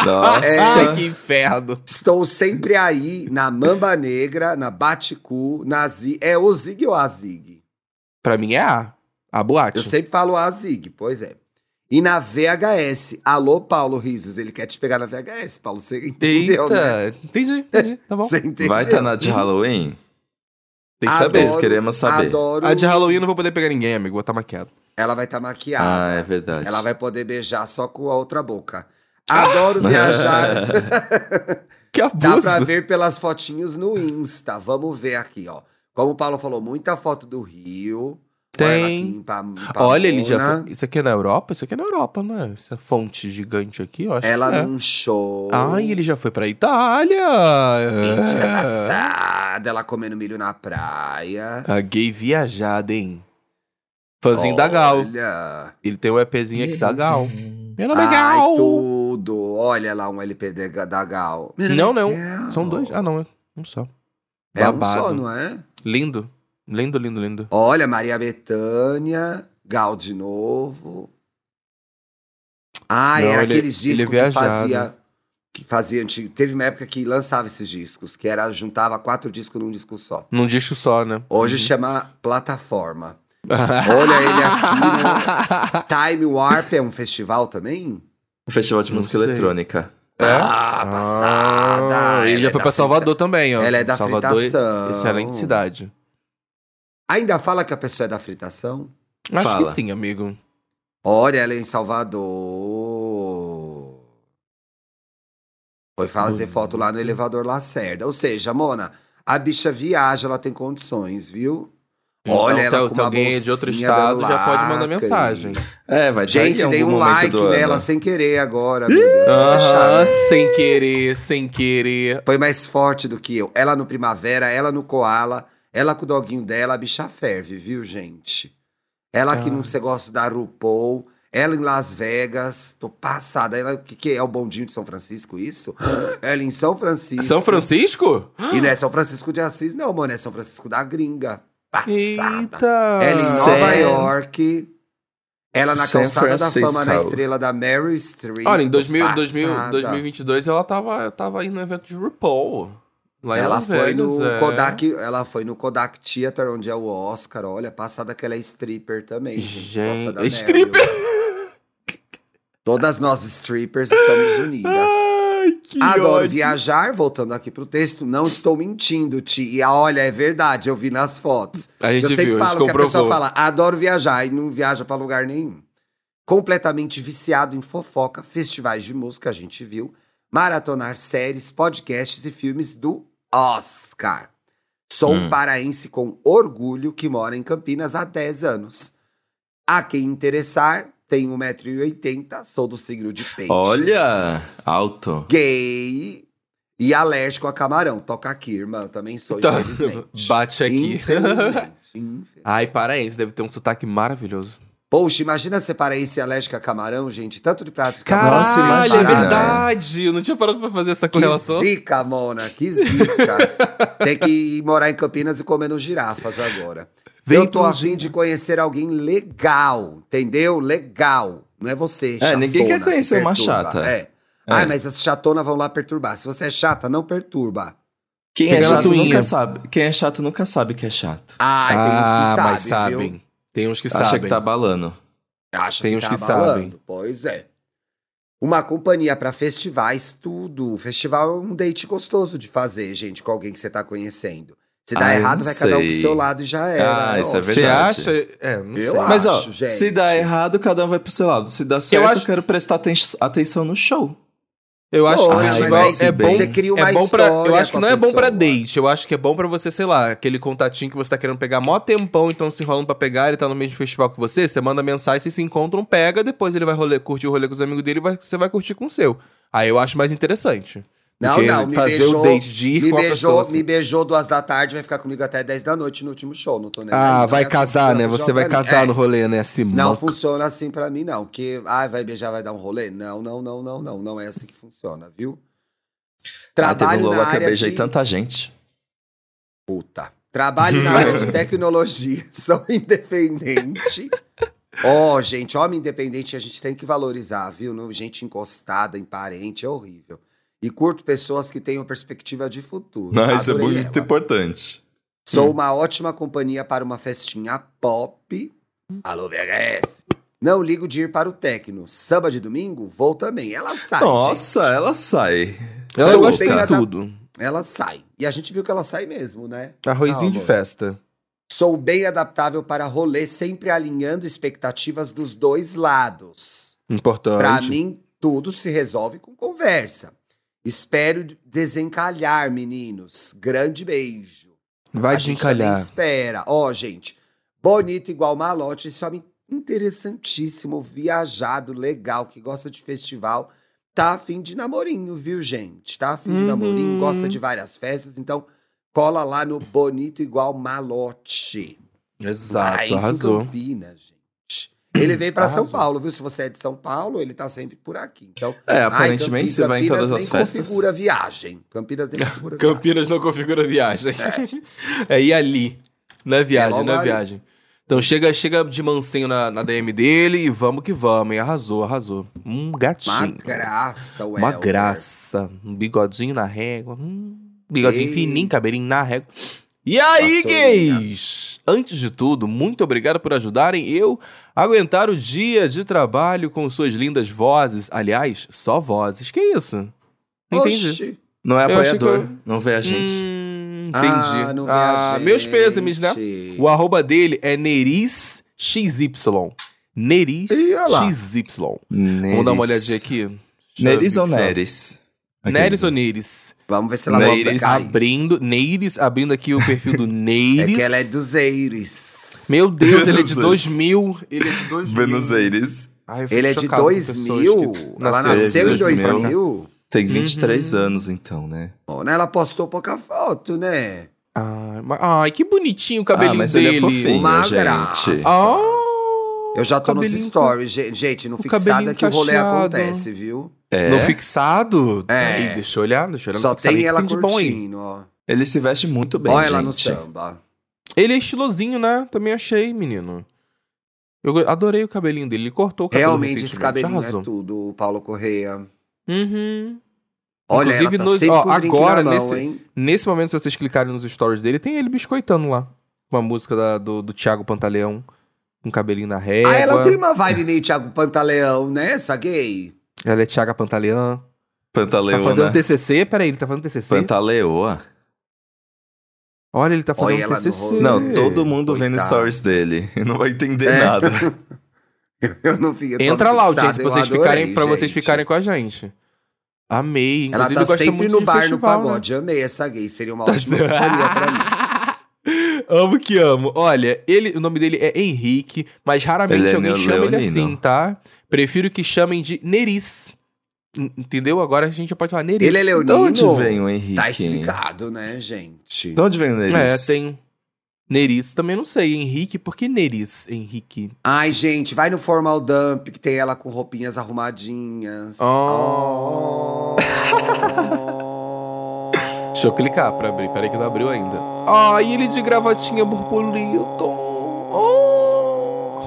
Speaker 1: Nossa.
Speaker 2: Ai, que inferno.
Speaker 3: Estou sempre aí na Mamba Negra, na Baticu, na Zig. É o Zig ou a Zig?
Speaker 2: Pra mim é A. A boate.
Speaker 3: Eu sempre falo a Zig, pois é. E na VHS. Alô, Paulo Risos, ele quer te pegar na VHS, Paulo. Você entendeu, né?
Speaker 2: Eita, entendi, entendi, tá bom.
Speaker 3: Você entendeu?
Speaker 1: Vai estar na de Halloween?
Speaker 2: Tem que
Speaker 3: Ah,
Speaker 2: saber.
Speaker 1: Eles
Speaker 3: Adoro,
Speaker 1: queremos saber.
Speaker 3: Adoro.
Speaker 2: A de Halloween eu não vou poder pegar ninguém, amigo, vou estar maquiado.
Speaker 3: Ela vai estar maquiada.
Speaker 1: Ah, é verdade.
Speaker 3: Ela vai poder beijar só com a outra boca.
Speaker 2: Ah!
Speaker 3: Adoro viajar.
Speaker 2: Que
Speaker 3: Dá
Speaker 2: abuso.
Speaker 3: pra ver pelas fotinhas no Insta. Vamos ver aqui, ó. Como o Paulo falou, muita foto do Rio. Olha ela
Speaker 2: Tem.
Speaker 3: aqui em Pa- em
Speaker 2: Olha, ele já
Speaker 3: Pamplona.
Speaker 2: foi... Isso aqui é na Europa? Isso aqui é na Europa, não é? Essa fonte gigante aqui, eu acho
Speaker 3: Ela
Speaker 2: que é.
Speaker 3: num show.
Speaker 2: Ai, ele já foi pra Itália!
Speaker 3: Mentira
Speaker 2: É.
Speaker 3: assada, ela comendo milho na praia.
Speaker 2: A gay viajada, hein? Fãzinho da Gal.
Speaker 3: Olha.
Speaker 2: Ele tem um EPzinho aqui da Gal. Meu nome é
Speaker 3: Ai,
Speaker 2: Gal.
Speaker 3: tudo. Olha lá um LP de- da Gal.
Speaker 2: Não, não.
Speaker 3: Gal.
Speaker 2: São dois? Ah, não. É um só.
Speaker 3: É um
Speaker 2: babado.
Speaker 3: só, não é?
Speaker 2: Lindo. Lindo, lindo, lindo.
Speaker 3: Olha, Maria Bethânia, Gal de novo. Ah,
Speaker 2: Não,
Speaker 3: era
Speaker 2: ele-
Speaker 3: aqueles
Speaker 2: ele é
Speaker 3: discos que
Speaker 2: viajado.
Speaker 3: fazia. Que fazia antigo. Teve uma época que lançava esses discos, que era juntava quatro discos num disco só.
Speaker 2: Num disco só, né?
Speaker 3: Hoje chama plataforma. Olha ele aqui. né?
Speaker 2: aqui.
Speaker 3: No... Time Warp é um festival também?
Speaker 1: Um festival de
Speaker 2: Não
Speaker 1: música
Speaker 2: sei.
Speaker 1: eletrônica.
Speaker 3: Ah, passada.
Speaker 2: É? Ah, ele
Speaker 3: Ela
Speaker 2: já
Speaker 3: é
Speaker 2: foi
Speaker 3: da
Speaker 2: pra Salvador
Speaker 3: frita-
Speaker 2: também, ó.
Speaker 3: Ela é da
Speaker 2: Salvador,
Speaker 3: fritação.
Speaker 2: excelente cidade.
Speaker 3: Ainda fala que a pessoa é da fritação?
Speaker 2: Acho
Speaker 1: Fala.
Speaker 2: que sim, amigo.
Speaker 3: Olha, ela é em Salvador. Foi fazer
Speaker 2: Hum.
Speaker 3: foto lá no elevador Lacerda. Ou seja, Mona, a bicha viaja, ela tem condições, viu? Olha,
Speaker 2: Então, se,
Speaker 3: ela com
Speaker 2: se
Speaker 3: uma
Speaker 2: alguém é de outro
Speaker 3: bolsinha
Speaker 2: estado,
Speaker 3: dando
Speaker 2: já pode mandar
Speaker 3: lacre.
Speaker 2: mensagem. Tá
Speaker 1: É, vai ter
Speaker 3: Gente,
Speaker 1: em
Speaker 3: dei
Speaker 1: algum
Speaker 3: um
Speaker 1: momento
Speaker 3: like
Speaker 1: do ano.
Speaker 3: nela sem querer agora, meu Deus. vou deixar,
Speaker 2: Aham,
Speaker 3: né?
Speaker 2: sem querer, sem querer.
Speaker 3: Foi mais forte do que eu. Ela no Primavera, ela no Koala, ela com o doguinho dela, a bicha ferve, viu, gente? Ela
Speaker 2: Ah.
Speaker 3: que não se gosta da RuPaul, ela em Las Vegas, tô passada. Ela, que, que é o bondinho de São Francisco, isso? Ela em São Francisco.
Speaker 2: São Francisco?
Speaker 3: E não é São Francisco de Assis, não, mano, é São Francisco da gringa. Passada.
Speaker 2: Eita!
Speaker 3: Ela em Nova
Speaker 1: Sério?
Speaker 3: York. Ela na
Speaker 1: São
Speaker 3: calçada da fama, na
Speaker 1: Francisco.
Speaker 3: estrela da Mary Street.
Speaker 2: Olha, em 2000,
Speaker 3: Tô
Speaker 2: 2000,
Speaker 3: passada.
Speaker 2: 2022 ela tava, tava indo no evento de RuPaul. Lá em
Speaker 3: ela
Speaker 2: Las
Speaker 3: foi no
Speaker 2: Vegas, é.
Speaker 3: Kodak, ela foi no Kodak Theater, onde é o Oscar. Olha, passada que ela é stripper também.
Speaker 2: Gente,
Speaker 3: Gosta da
Speaker 2: stripper?
Speaker 3: Meryl. Todas nós strippers estamos unidas.
Speaker 2: Ai, Ah, que
Speaker 3: Adoro
Speaker 2: ódio.
Speaker 3: viajar, voltando aqui pro texto, não estou mentindo, Tia. Olha, é verdade, eu vi nas fotos.
Speaker 2: A gente
Speaker 3: eu sempre
Speaker 2: viu, a gente
Speaker 3: falo que a pessoa
Speaker 2: comprovou.
Speaker 3: fala, adoro viajar e não viaja pra lugar nenhum. Completamente viciado em fofoca, festivais de música, a gente viu, maratonar séries, podcasts e filmes do Oscar. Sou um
Speaker 1: Hum.
Speaker 3: paraense com orgulho que mora em Campinas há 10 anos. A quem interessar, tenho 1,80m, sou do signo de peixes
Speaker 1: Olha, alto.
Speaker 3: gay e alérgico a camarão. Toca aqui, irmã. Eu também sou,
Speaker 2: Tá,
Speaker 3: infelizmente.
Speaker 2: Bate aqui.
Speaker 3: Infelizmente. infelizmente.
Speaker 2: Ai, paraense, deve ter um sotaque maravilhoso.
Speaker 3: Poxa, imagina se paraense alérgico a camarão, gente. Tanto de prato de camarão.
Speaker 1: Nossa,
Speaker 2: Caralho, é
Speaker 1: imagina.
Speaker 2: verdade! Eu não tinha parado pra fazer essa
Speaker 3: Que
Speaker 2: correlação.
Speaker 3: zica, Mona, que zica. Tem que ir morar em Campinas e comer nos girafas agora.
Speaker 2: Vem
Speaker 3: eu tô
Speaker 2: pro
Speaker 3: a fim de conhecer alguém legal, entendeu? Legal. Não é você,
Speaker 1: É, ninguém quer
Speaker 3: chatona, que
Speaker 1: conhecer uma
Speaker 3: perturba.
Speaker 1: chata.
Speaker 3: É. Ai, mas as chatonas vão lá perturbar. Se você é chata, não perturba.
Speaker 1: Quem é
Speaker 2: Pegando a
Speaker 1: chato
Speaker 2: tuinha.
Speaker 1: nunca sabe. Quem é chato nunca sabe que é chato.
Speaker 3: Ai, tem
Speaker 1: Ah,
Speaker 3: uns que sabem,
Speaker 2: Ah, mas sabem.
Speaker 3: viu?
Speaker 2: Tem uns que
Speaker 1: Acha
Speaker 2: sabem.
Speaker 1: que tá balando.
Speaker 3: Acha
Speaker 2: Tem
Speaker 3: que
Speaker 2: uns
Speaker 3: tá
Speaker 2: que
Speaker 3: abalando.
Speaker 2: sabem.
Speaker 3: Pois é. Uma companhia pra festivais, tudo. O festival é um date gostoso de fazer, gente, com alguém que você tá conhecendo. Se dá
Speaker 1: Ah, eu
Speaker 3: errado,
Speaker 1: não
Speaker 3: vai cada um pro
Speaker 1: sei.
Speaker 3: seu lado e já era.
Speaker 1: Ah, isso é
Speaker 3: Nossa.
Speaker 2: Você
Speaker 1: Verdade.
Speaker 2: acha? É, não
Speaker 3: Eu
Speaker 2: sei.
Speaker 3: acho.
Speaker 1: Mas ó,
Speaker 3: gente.
Speaker 1: se dá errado, cada um vai pro seu lado. Se dá certo, eu,
Speaker 2: acho-
Speaker 1: quero prestar aten- atenção no show.
Speaker 2: Eu acho
Speaker 3: Olha,
Speaker 2: que
Speaker 1: mas
Speaker 2: festival
Speaker 1: aí
Speaker 2: é
Speaker 1: você
Speaker 2: bom.
Speaker 1: Você
Speaker 3: cria uma
Speaker 2: é bom pra, eu
Speaker 3: história
Speaker 2: acho que
Speaker 3: com
Speaker 2: não
Speaker 3: a
Speaker 2: é bom pra
Speaker 3: pessoa.
Speaker 2: date. Eu acho que é bom pra você, sei lá, aquele contatinho que você tá querendo pegar mó tempão, então se enrolando pra pegar, ele tá no mesmo festival que você, você manda mensagem, vocês se encontram, pega, depois ele vai rolê- curtir o rolê com os amigos dele e vai- você vai curtir com o seu. Aí eu acho mais interessante. do
Speaker 3: Não,
Speaker 2: que
Speaker 3: não, me
Speaker 2: fazer
Speaker 3: beijou,
Speaker 2: o date de ir
Speaker 3: me
Speaker 2: com a
Speaker 3: beijou,
Speaker 2: pessoa. assim.
Speaker 3: me beijou duas da tarde, vai ficar comigo até 10 da noite no último show, não tô nem aí,
Speaker 2: Ah,
Speaker 3: não é
Speaker 2: vai
Speaker 3: assim
Speaker 2: casar,
Speaker 3: que
Speaker 2: né?
Speaker 3: funciona
Speaker 2: Você
Speaker 3: pra
Speaker 2: vai
Speaker 3: mim.
Speaker 2: casar
Speaker 3: É.
Speaker 2: no rolê, né? Assim,
Speaker 3: Não
Speaker 2: moca.
Speaker 3: funciona assim pra mim, não. Que, ai, vai beijar, vai dar um rolê. Não, não, não, não, não. Não é assim que funciona, viu?
Speaker 1: Ah, teve um
Speaker 3: Trabalho na
Speaker 1: Lola que eu
Speaker 3: área
Speaker 1: beijei
Speaker 3: de...
Speaker 1: tanta gente.
Speaker 3: Puta. Trabalho na área de tecnologia. Sou independente. Ó, gente, homem independente a gente tem que valorizar, viu? Não, gente encostada em parente é horrível. E curto pessoas que tenham perspectiva de futuro.
Speaker 1: Não, isso é
Speaker 3: Adorei
Speaker 1: muito
Speaker 3: ela.
Speaker 1: importante.
Speaker 3: Sou
Speaker 1: Hum.
Speaker 3: uma ótima companhia para uma festinha pop. Alô, VHS. Não ligo de ir para o tecno. Samba de domingo, vou também. Ela sai.
Speaker 1: Nossa,
Speaker 3: gente.
Speaker 1: ela sai.
Speaker 2: Ela é
Speaker 1: Sou
Speaker 2: gosta de
Speaker 1: outra.
Speaker 3: da-
Speaker 2: tudo.
Speaker 3: Ela sai. E a gente viu que ela sai mesmo, né?
Speaker 2: Arrozinho
Speaker 3: Calma.
Speaker 2: de festa.
Speaker 3: Sou bem adaptável para rolê, sempre alinhando expectativas dos dois lados.
Speaker 2: Importante.
Speaker 3: Pra mim, tudo se resolve com conversa. Espero desencalhar, meninos. Grande beijo.
Speaker 2: Vai
Speaker 3: a gente
Speaker 2: desencalhar.
Speaker 3: também espera. Ó, gente, bonito igual malote, esse homem interessantíssimo, viajado, legal, que gosta de festival. Tá afim de namorinho, viu, gente? Tá afim de
Speaker 2: Uhum.
Speaker 3: namorinho, gosta de várias festas, então cola lá no Bonito Igual Malote.
Speaker 1: Exato,
Speaker 3: Mas
Speaker 1: arrasou.
Speaker 3: em Campinas, gente. Ele veio pra São
Speaker 1: Arrasou.
Speaker 3: Paulo, viu? Se você é de São Paulo, ele tá sempre por aqui. Então,
Speaker 1: É,
Speaker 3: ai,
Speaker 1: aparentemente
Speaker 3: Campi-
Speaker 1: você vai em
Speaker 3: Campinas
Speaker 1: todas as
Speaker 3: nem
Speaker 1: festas.
Speaker 3: configura viagem. Campinas nem configura viagem.
Speaker 2: Campinas não configura viagem. É ir ali. Na
Speaker 3: É
Speaker 2: viagem,
Speaker 3: logo
Speaker 2: na
Speaker 3: ali.
Speaker 2: viagem. Então chega, chega de mansinho na, na DM dele e vamos que vamos. E arrasou, arrasou. Um
Speaker 3: Uma
Speaker 2: gatinho.
Speaker 3: graça, ué.
Speaker 2: Uma graça. Um bigodinho na régua. Hum, bigodinho
Speaker 3: Ei.
Speaker 2: fininho, cabelinho na régua. E aí,
Speaker 3: Vassourinha.
Speaker 2: gays? Antes de tudo, muito obrigado por ajudarem eu a aguentar o dia de trabalho com suas lindas vozes. Aliás, só vozes. Que isso? Não Entendi.
Speaker 3: Oxi.
Speaker 1: Não é
Speaker 2: Eu achei que
Speaker 1: apoiador,
Speaker 2: eu-
Speaker 1: não vê a gente.
Speaker 2: Hum, entendi.
Speaker 3: Ah, não vê a
Speaker 2: Ah, meus
Speaker 3: gente.
Speaker 2: pêsames, né? O arroba dele é NerisXY. Neris
Speaker 3: Ih, olha lá.
Speaker 2: XY.
Speaker 1: Neris.
Speaker 2: Vamos dar uma olhadinha aqui. Deixa
Speaker 1: Neris
Speaker 2: eu
Speaker 1: ou
Speaker 2: ver, deixa eu-
Speaker 1: Neres?
Speaker 2: Neris ou Neris?
Speaker 3: Vamos ver se ela vai
Speaker 1: Neires
Speaker 2: Neires
Speaker 3: pegar.
Speaker 2: abrindo. Neires abrindo aqui o perfil do
Speaker 3: É
Speaker 2: Neires.
Speaker 3: que ela é dos Eires.
Speaker 2: Meu Deus, ele é de
Speaker 1: Buenos
Speaker 2: 2000. Ele é de 2000.
Speaker 1: Buenos Aires.
Speaker 2: Ai, eu fico
Speaker 3: Ele é de
Speaker 2: chocado com pessoas
Speaker 3: 2000.
Speaker 2: que
Speaker 3: Ela
Speaker 2: nasceram de
Speaker 3: nasceu em
Speaker 1: 2000.
Speaker 3: 2000.
Speaker 1: Tem 23
Speaker 2: Uhum.
Speaker 1: anos, então, né?
Speaker 3: Bom, né? Ela postou pouca foto, né?
Speaker 2: Ai, Ah, mas- ai, que bonitinho o cabelinho
Speaker 1: ah, mas
Speaker 2: dele.
Speaker 1: ele é fofinho,
Speaker 3: Uma
Speaker 1: gente.
Speaker 3: graça.
Speaker 2: Ah,
Speaker 3: Eu já tô nos
Speaker 2: cabelinho
Speaker 3: stories. gen- Gente, no
Speaker 2: o
Speaker 3: fixado
Speaker 2: cabelinho
Speaker 3: é que o rolê
Speaker 2: cacheado.
Speaker 3: acontece, viu?
Speaker 1: É,
Speaker 2: No fixado?
Speaker 3: É.
Speaker 2: Peraí, deixa eu olhar, deixa eu olhar. no
Speaker 3: Só
Speaker 2: fixado aí
Speaker 3: tem
Speaker 2: que
Speaker 3: ela
Speaker 2: de bom aí.
Speaker 3: curtindo, ó.
Speaker 1: ele se veste muito bem,
Speaker 3: Olha
Speaker 1: gente.
Speaker 3: ela no samba.
Speaker 2: Ele é estilosinho, né? Também achei, menino. Eu go- adorei o cabelinho dele. Ele cortou o cabelo
Speaker 3: Realmente, esse
Speaker 2: recentemente,
Speaker 3: cabelinho
Speaker 2: né? arrasou.
Speaker 3: é tudo, o Paulo Correia.
Speaker 2: Uhum.
Speaker 3: Olha,
Speaker 2: Inclusive,
Speaker 3: ela tá
Speaker 2: nos-
Speaker 3: sempre
Speaker 2: ó,
Speaker 3: com o drink
Speaker 2: agora,
Speaker 3: na mão,
Speaker 2: nesse-
Speaker 3: hein?
Speaker 2: Nesse momento, se vocês clicarem nos stories dele, tem ele biscoitando lá. Uma música da- do, do Thiago Pantaleão. Um cabelinho na régua.
Speaker 3: Ah, ela tem uma vibe meio Thiago Pantaleão, né? Essa gay?
Speaker 2: Ela é Thiago Pantaleão. Tá
Speaker 1: Pantaleona.
Speaker 2: fazendo um TCC? Peraí, ele tá fazendo TCC?
Speaker 1: Pantaleoa.
Speaker 2: Olha, ele tá fazendo
Speaker 3: Olha ela no
Speaker 2: TCC.
Speaker 3: rolê.
Speaker 1: Não, todo mundo vendo
Speaker 3: Coitado.
Speaker 1: stories dele. Não vai entender
Speaker 3: É.
Speaker 1: nada.
Speaker 3: Eu não vi. eu tô
Speaker 2: Entra
Speaker 3: no
Speaker 2: lá,
Speaker 3: fixado,
Speaker 2: audiência, pra
Speaker 3: eu
Speaker 2: vocês,
Speaker 3: adorei,
Speaker 2: ficarem, pra vocês
Speaker 3: gente.
Speaker 2: ficarem com a gente. Amei.
Speaker 3: Ela
Speaker 2: Inclusive,
Speaker 3: tá
Speaker 2: gosta
Speaker 3: sempre
Speaker 2: muito
Speaker 3: no
Speaker 2: de
Speaker 3: bar,
Speaker 2: festival,
Speaker 3: no
Speaker 2: né?
Speaker 3: pagode. Amei essa gay. Seria uma
Speaker 2: Tá
Speaker 3: ótima
Speaker 2: certo.
Speaker 3: companhia pra mim.
Speaker 2: Amo que amo. Olha, ele, o nome dele é Henrique, mas raramente
Speaker 1: Ele é
Speaker 2: alguém
Speaker 1: neo-
Speaker 2: chama ele
Speaker 1: leonino.
Speaker 2: assim, tá? Prefiro que chamem de Neris. En- Entendeu? Agora a gente já pode falar Neris. Então, tipo,
Speaker 3: Ele é
Speaker 1: De
Speaker 3: leonino?
Speaker 1: onde vem o Henrique?
Speaker 3: Tá explicado, né, gente?
Speaker 1: De onde vem o Neres?
Speaker 2: É, tem Neris também não sei. Henrique, por que Neris, Henrique?
Speaker 3: Ai, gente, vai no formal dump que tem ela com roupinhas arrumadinhas.
Speaker 2: Oh. Deixa eu clicar pra abrir. Peraí que não abriu ainda. Ai, ele de gravatinha borboleta. Oh.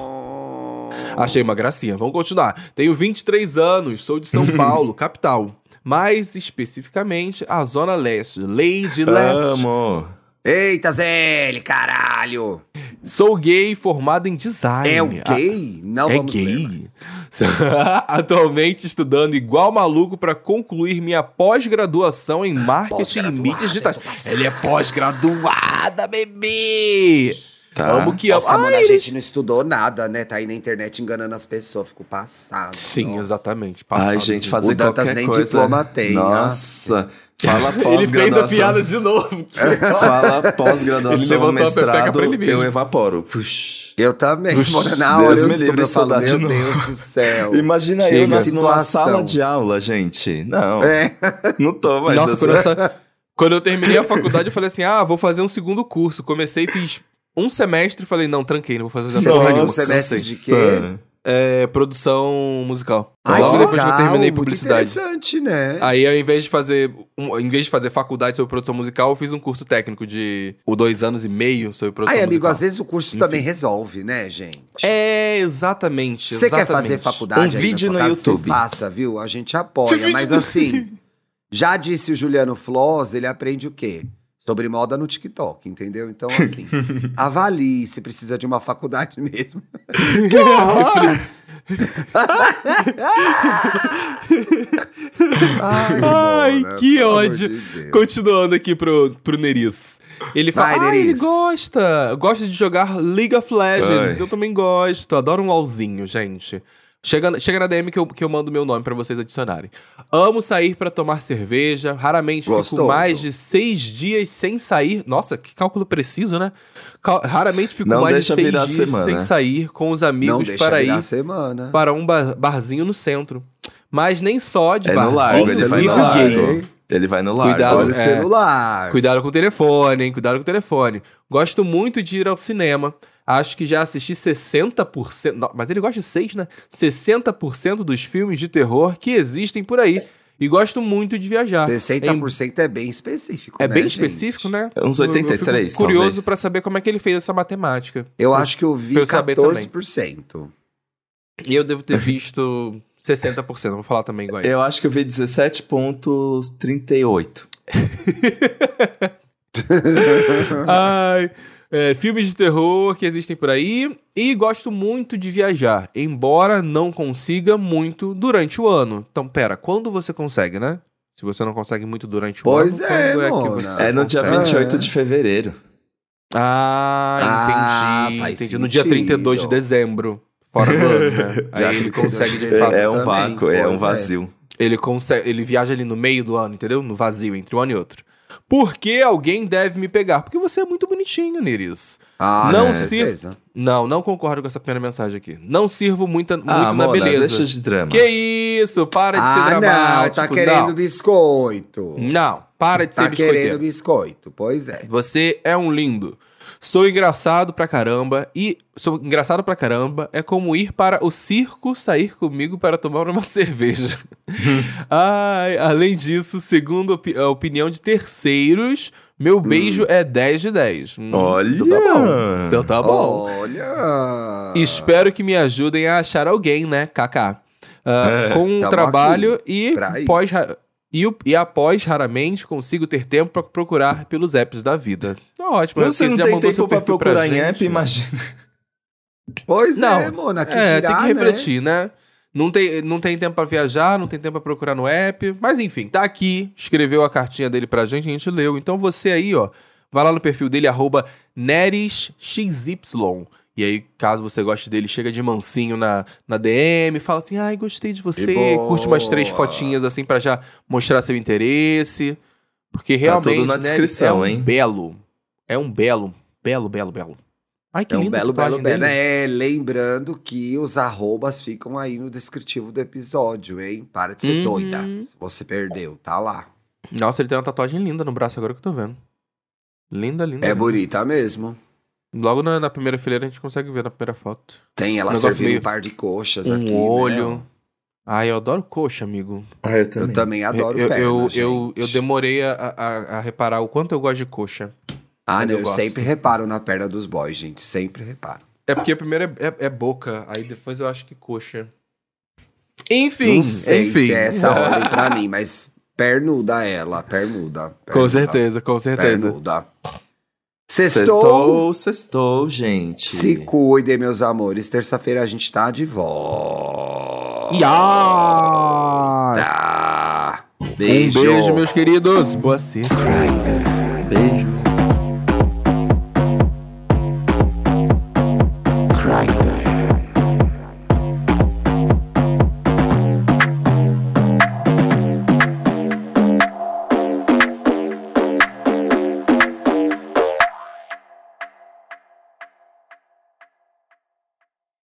Speaker 2: Achei uma gracinha. Vamos continuar. Tenho 23 anos, sou de São Paulo, capital. Mais especificamente, a Zona Leste. Lady Leste.
Speaker 1: Amo.
Speaker 3: Eita, Zé, caralho!
Speaker 2: Sou gay formado em design.
Speaker 3: é o
Speaker 2: Ah,
Speaker 3: gay? Não
Speaker 2: é
Speaker 3: vamos
Speaker 2: gay?
Speaker 3: ler.
Speaker 2: Atualmente estudando igual maluco para concluir minha pós-graduação em marketing e
Speaker 3: Pós-graduada,
Speaker 2: mídias digitais.
Speaker 3: eu tô passando.
Speaker 2: Ele é pós-graduada, bebê!
Speaker 1: Tá.
Speaker 2: Amo que amo.
Speaker 3: Nossa, mano,
Speaker 2: Ai,
Speaker 3: a
Speaker 2: ele-
Speaker 3: gente não estudou nada, né? Tá aí na internet enganando as pessoas, fico passado.
Speaker 2: Sim,
Speaker 3: nossa.
Speaker 2: exatamente. Passado.
Speaker 1: Ai, gente, fazer
Speaker 3: O Dantas
Speaker 1: qualquer
Speaker 3: tá nem
Speaker 1: coisa.
Speaker 3: diploma tem, ah.
Speaker 1: Nossa. Fala
Speaker 2: Ele
Speaker 1: pós-graduação.
Speaker 2: fez a piada de novo.
Speaker 1: Fala
Speaker 2: Ele
Speaker 1: pós-graduação,
Speaker 2: levantou a pepeca
Speaker 1: mestrado,
Speaker 2: pra ele mesmo.
Speaker 1: eu evaporo. Puxa.
Speaker 3: Eu também,
Speaker 1: Ux,
Speaker 3: mora na
Speaker 1: Deus
Speaker 3: hora eu
Speaker 1: me
Speaker 3: estudo,
Speaker 1: livre,
Speaker 3: eu falo,
Speaker 1: saudade não.
Speaker 3: meu Deus do céu.
Speaker 1: Imagina
Speaker 2: Chega.
Speaker 1: eu nas- numa
Speaker 3: Situação.
Speaker 1: sala de aula, gente. Não,
Speaker 3: É.
Speaker 1: não tô mais assim.
Speaker 2: Nossa,
Speaker 1: nessa-
Speaker 2: quando, essa- quando eu terminei a faculdade, eu falei assim: ah, vou fazer um segundo curso. Comecei, fiz um semestre e falei: não, tranquei, não vou fazer
Speaker 3: Você
Speaker 2: nada.
Speaker 3: faz um semestre de quê?
Speaker 2: É produção musical.
Speaker 3: Ai,
Speaker 2: Logo
Speaker 3: que
Speaker 2: depois que eu
Speaker 3: legal,
Speaker 2: terminei
Speaker 3: muito
Speaker 2: publicidade.
Speaker 3: interessante, né?
Speaker 2: Aí, ao invés de fazer, um- em vez de fazer faculdade sobre produção musical, eu fiz um curso técnico de o dois anos e meio sobre produção
Speaker 3: Aí, amigo,
Speaker 2: musical.
Speaker 3: às vezes o curso
Speaker 2: Enfim.
Speaker 3: também resolve, né, gente?
Speaker 2: É, exatamente.
Speaker 3: Você quer
Speaker 2: exatamente.
Speaker 3: fazer faculdade?
Speaker 1: Um
Speaker 3: aí na
Speaker 1: vídeo
Speaker 3: sua
Speaker 1: no
Speaker 3: casa, você
Speaker 1: YouTube.
Speaker 3: Faça, viu? A gente
Speaker 2: Que
Speaker 3: apoia,
Speaker 2: vídeo
Speaker 3: mas
Speaker 2: no-
Speaker 3: assim, já disse o Juliano Floss, ele aprende o quê? Sobre moda no TikTok, entendeu? Então, assim, avalie se precisa de uma faculdade mesmo.
Speaker 2: Que horror!
Speaker 3: Ai,
Speaker 2: Ai,
Speaker 3: Mona,
Speaker 2: que
Speaker 3: pelo amor
Speaker 2: ódio.
Speaker 3: de Deus.
Speaker 2: Continuando aqui pro, pro Neris. Ele
Speaker 3: Vai,
Speaker 2: fala, ah, ele
Speaker 3: Neris."
Speaker 2: gosta. Gosta de jogar League of Legends.
Speaker 1: Ai.
Speaker 2: Eu também gosto. Adoro um LOLzinho, gente. Chega, chega na DM que eu, que eu mando meu nome pra vocês adicionarem. Amo sair pra tomar cerveja. Raramente fico
Speaker 3: Gostoso.
Speaker 2: mais de seis dias sem sair. Nossa, que cálculo preciso, né? Cal- Raramente fico
Speaker 1: Não
Speaker 2: mais de
Speaker 1: deixa
Speaker 2: seis
Speaker 1: virar a
Speaker 2: dias
Speaker 1: semana. né?
Speaker 2: sem sair com os
Speaker 3: Não
Speaker 2: amigos
Speaker 3: deixa
Speaker 2: para ir
Speaker 3: virar a semana.
Speaker 2: para um ba- barzinho no centro. Mas nem só de
Speaker 1: É no
Speaker 2: barzinho
Speaker 1: largo, ele vai no
Speaker 2: vivo
Speaker 1: largo.
Speaker 2: gay.
Speaker 1: Ele vai no largo.
Speaker 2: Cuidado,
Speaker 3: Olha o
Speaker 2: é.
Speaker 3: celular.
Speaker 2: Cuidado com o telefone, hein? Cuidado com o telefone. Gosto muito de ir ao cinema. Acho que já assisti 60%. não, Mas ele gosta de 6, né? 60% dos filmes de terror que existem por aí. E gosto muito de viajar.
Speaker 3: 60% é bem específico.
Speaker 2: É
Speaker 3: né,
Speaker 2: bem
Speaker 3: gente?
Speaker 2: específico, né?
Speaker 1: É uns
Speaker 2: Eu- eu
Speaker 1: 83,
Speaker 2: fico curioso
Speaker 1: talvez.
Speaker 2: pra saber como é que ele fez essa matemática.
Speaker 3: Eu acho que eu vi
Speaker 2: Pra eu saber também.
Speaker 3: 14%.
Speaker 2: E eu devo ter visto 60%. Vou falar também igual a ele.
Speaker 1: Eu acho que eu vi 17.38.
Speaker 2: Ai. É, filmes de terror que existem por aí. E gosto muito de viajar, embora não consiga muito durante o ano. Então, pera, quando você consegue, né? Se você não consegue muito durante o
Speaker 3: Pois
Speaker 2: ano.
Speaker 3: é,
Speaker 2: quando
Speaker 3: Mona.
Speaker 1: É no dia
Speaker 2: consegue?
Speaker 1: 28
Speaker 3: É.
Speaker 1: de fevereiro.
Speaker 2: Ah,
Speaker 3: Ah,
Speaker 2: entendi.
Speaker 3: faz
Speaker 2: entendi. No dia 32 de
Speaker 3: sentido.
Speaker 2: dezembro. Fora do ano, né?
Speaker 3: Já
Speaker 2: Aí
Speaker 3: 32
Speaker 2: ele
Speaker 3: de
Speaker 2: consegue de fato.
Speaker 3: dezembro.
Speaker 1: É um
Speaker 3: também,
Speaker 1: vácuo, é um
Speaker 3: pois é.
Speaker 1: vazio.
Speaker 2: Ele consegue, ele viaja ali no meio do ano, entendeu? No vazio entre um ano e outro. Por que alguém deve me pegar? Porque você é muito bonitinho, Neris.
Speaker 3: Ah,
Speaker 2: Não
Speaker 3: com
Speaker 2: se-
Speaker 3: certeza.
Speaker 2: Não, não concordo com essa primeira mensagem aqui. Não sirvo muita,
Speaker 1: ah,
Speaker 2: muito na
Speaker 1: Mona,
Speaker 2: beleza.
Speaker 1: deixa de drama.
Speaker 2: Que isso? Para de ser
Speaker 3: Ah, não,
Speaker 2: dramático.
Speaker 3: tá querendo biscoito.
Speaker 2: Não, não para de
Speaker 3: Tá
Speaker 2: ser biscoiteiro.
Speaker 3: querendo biscoito, pois é.
Speaker 2: Você é um lindo. Sou engraçado pra caramba e sou engraçado pra caramba é como ir para o circo sair comigo para tomar uma cerveja. Ai, além disso, segundo a opi- a opinião de terceiros,
Speaker 3: Hum.
Speaker 2: meu beijo é 10 de 10. Hum,
Speaker 1: Olha!
Speaker 2: Então tá bom. Então tá bom.
Speaker 3: Olha.
Speaker 2: Espero que me ajudem a achar alguém, né, Kaká? Ah,
Speaker 1: É,
Speaker 2: com o
Speaker 3: tamo
Speaker 2: trabalho e,
Speaker 3: tá pra isso.
Speaker 2: pós, ra- e, o- e após, raramente, consigo ter tempo pra procurar pelos apps da vida. Tá ótimo.
Speaker 1: Você
Speaker 2: assim,
Speaker 1: não
Speaker 2: já
Speaker 1: tem
Speaker 2: mandou seu
Speaker 1: tempo pra
Speaker 2: perfil
Speaker 1: procurar em
Speaker 2: gente.
Speaker 1: app, imagina.
Speaker 3: Pois
Speaker 2: Não.
Speaker 3: é, Mona, que
Speaker 2: É, tem
Speaker 3: girar,
Speaker 2: que
Speaker 3: né?
Speaker 2: refletir, né? Não tem, não tem tempo pra viajar, não tem tempo pra procurar no app. Mas enfim, tá aqui. Escreveu a cartinha dele pra gente, a gente leu. Então você aí, ó, vai lá no perfil dele, arroba NeresXY. E aí, caso você goste dele, chega de mansinho na, na DM, fala assim: ai, gostei de você.
Speaker 3: Que boa.
Speaker 2: Curte umas três fotinhas assim pra já mostrar seu interesse. Porque
Speaker 1: Tá tudo
Speaker 2: realmente.
Speaker 1: na
Speaker 2: Neres
Speaker 1: descrição,
Speaker 2: é um
Speaker 1: hein?
Speaker 2: Belo. É um belo. Belo, belo, belo. Ai, que né?
Speaker 3: É um
Speaker 2: linda a
Speaker 3: belo, belo,
Speaker 2: tatuagem
Speaker 3: belo.
Speaker 2: dele.
Speaker 3: É, lembrando que os arrobas ficam aí no descritivo do episódio, hein? Para de ser
Speaker 2: Uhum.
Speaker 3: doida. Se você perdeu, tá lá.
Speaker 2: Nossa, ele tem uma tatuagem linda no braço agora que eu tô vendo. Linda, linda.
Speaker 3: É
Speaker 2: linda.
Speaker 3: bonita mesmo.
Speaker 2: Logo na, na primeira fileira a gente consegue ver na primeira foto.
Speaker 3: Tem ela
Speaker 2: Negócio
Speaker 3: servindo
Speaker 2: meio-
Speaker 3: um par de coxas
Speaker 2: Um
Speaker 3: aqui. né?
Speaker 2: olho. Ai, eu adoro coxa, amigo.
Speaker 1: Ah, eu
Speaker 3: Eu também adoro
Speaker 2: eu, eu,
Speaker 3: perna,
Speaker 2: eu,
Speaker 3: gente.
Speaker 2: eu, eu demorei a, a- a reparar o quanto eu gosto de coxa.
Speaker 3: Ah,
Speaker 2: mas
Speaker 3: não,
Speaker 2: eu
Speaker 3: eu,
Speaker 2: gosto.
Speaker 3: sempre reparo na perna dos boys, gente. Sempre reparo.
Speaker 2: É porque primeiro é, é- é boca, aí depois eu acho que coxa. Enfim,
Speaker 3: não sei
Speaker 2: enfim.
Speaker 3: se é essa ordem pra mim, mas pernuda ela, pernuda.
Speaker 2: Com
Speaker 3: pernuda,
Speaker 2: certeza, com certeza.
Speaker 3: Pernuda. Sextou.
Speaker 1: Sextou, sextou, gente.
Speaker 3: Se cuidem, meus amores. Terça-feira a gente tá de volta.
Speaker 2: Yas!
Speaker 3: Tá.
Speaker 2: Um beijo, meus queridos. Boa sexta.
Speaker 1: Beijo.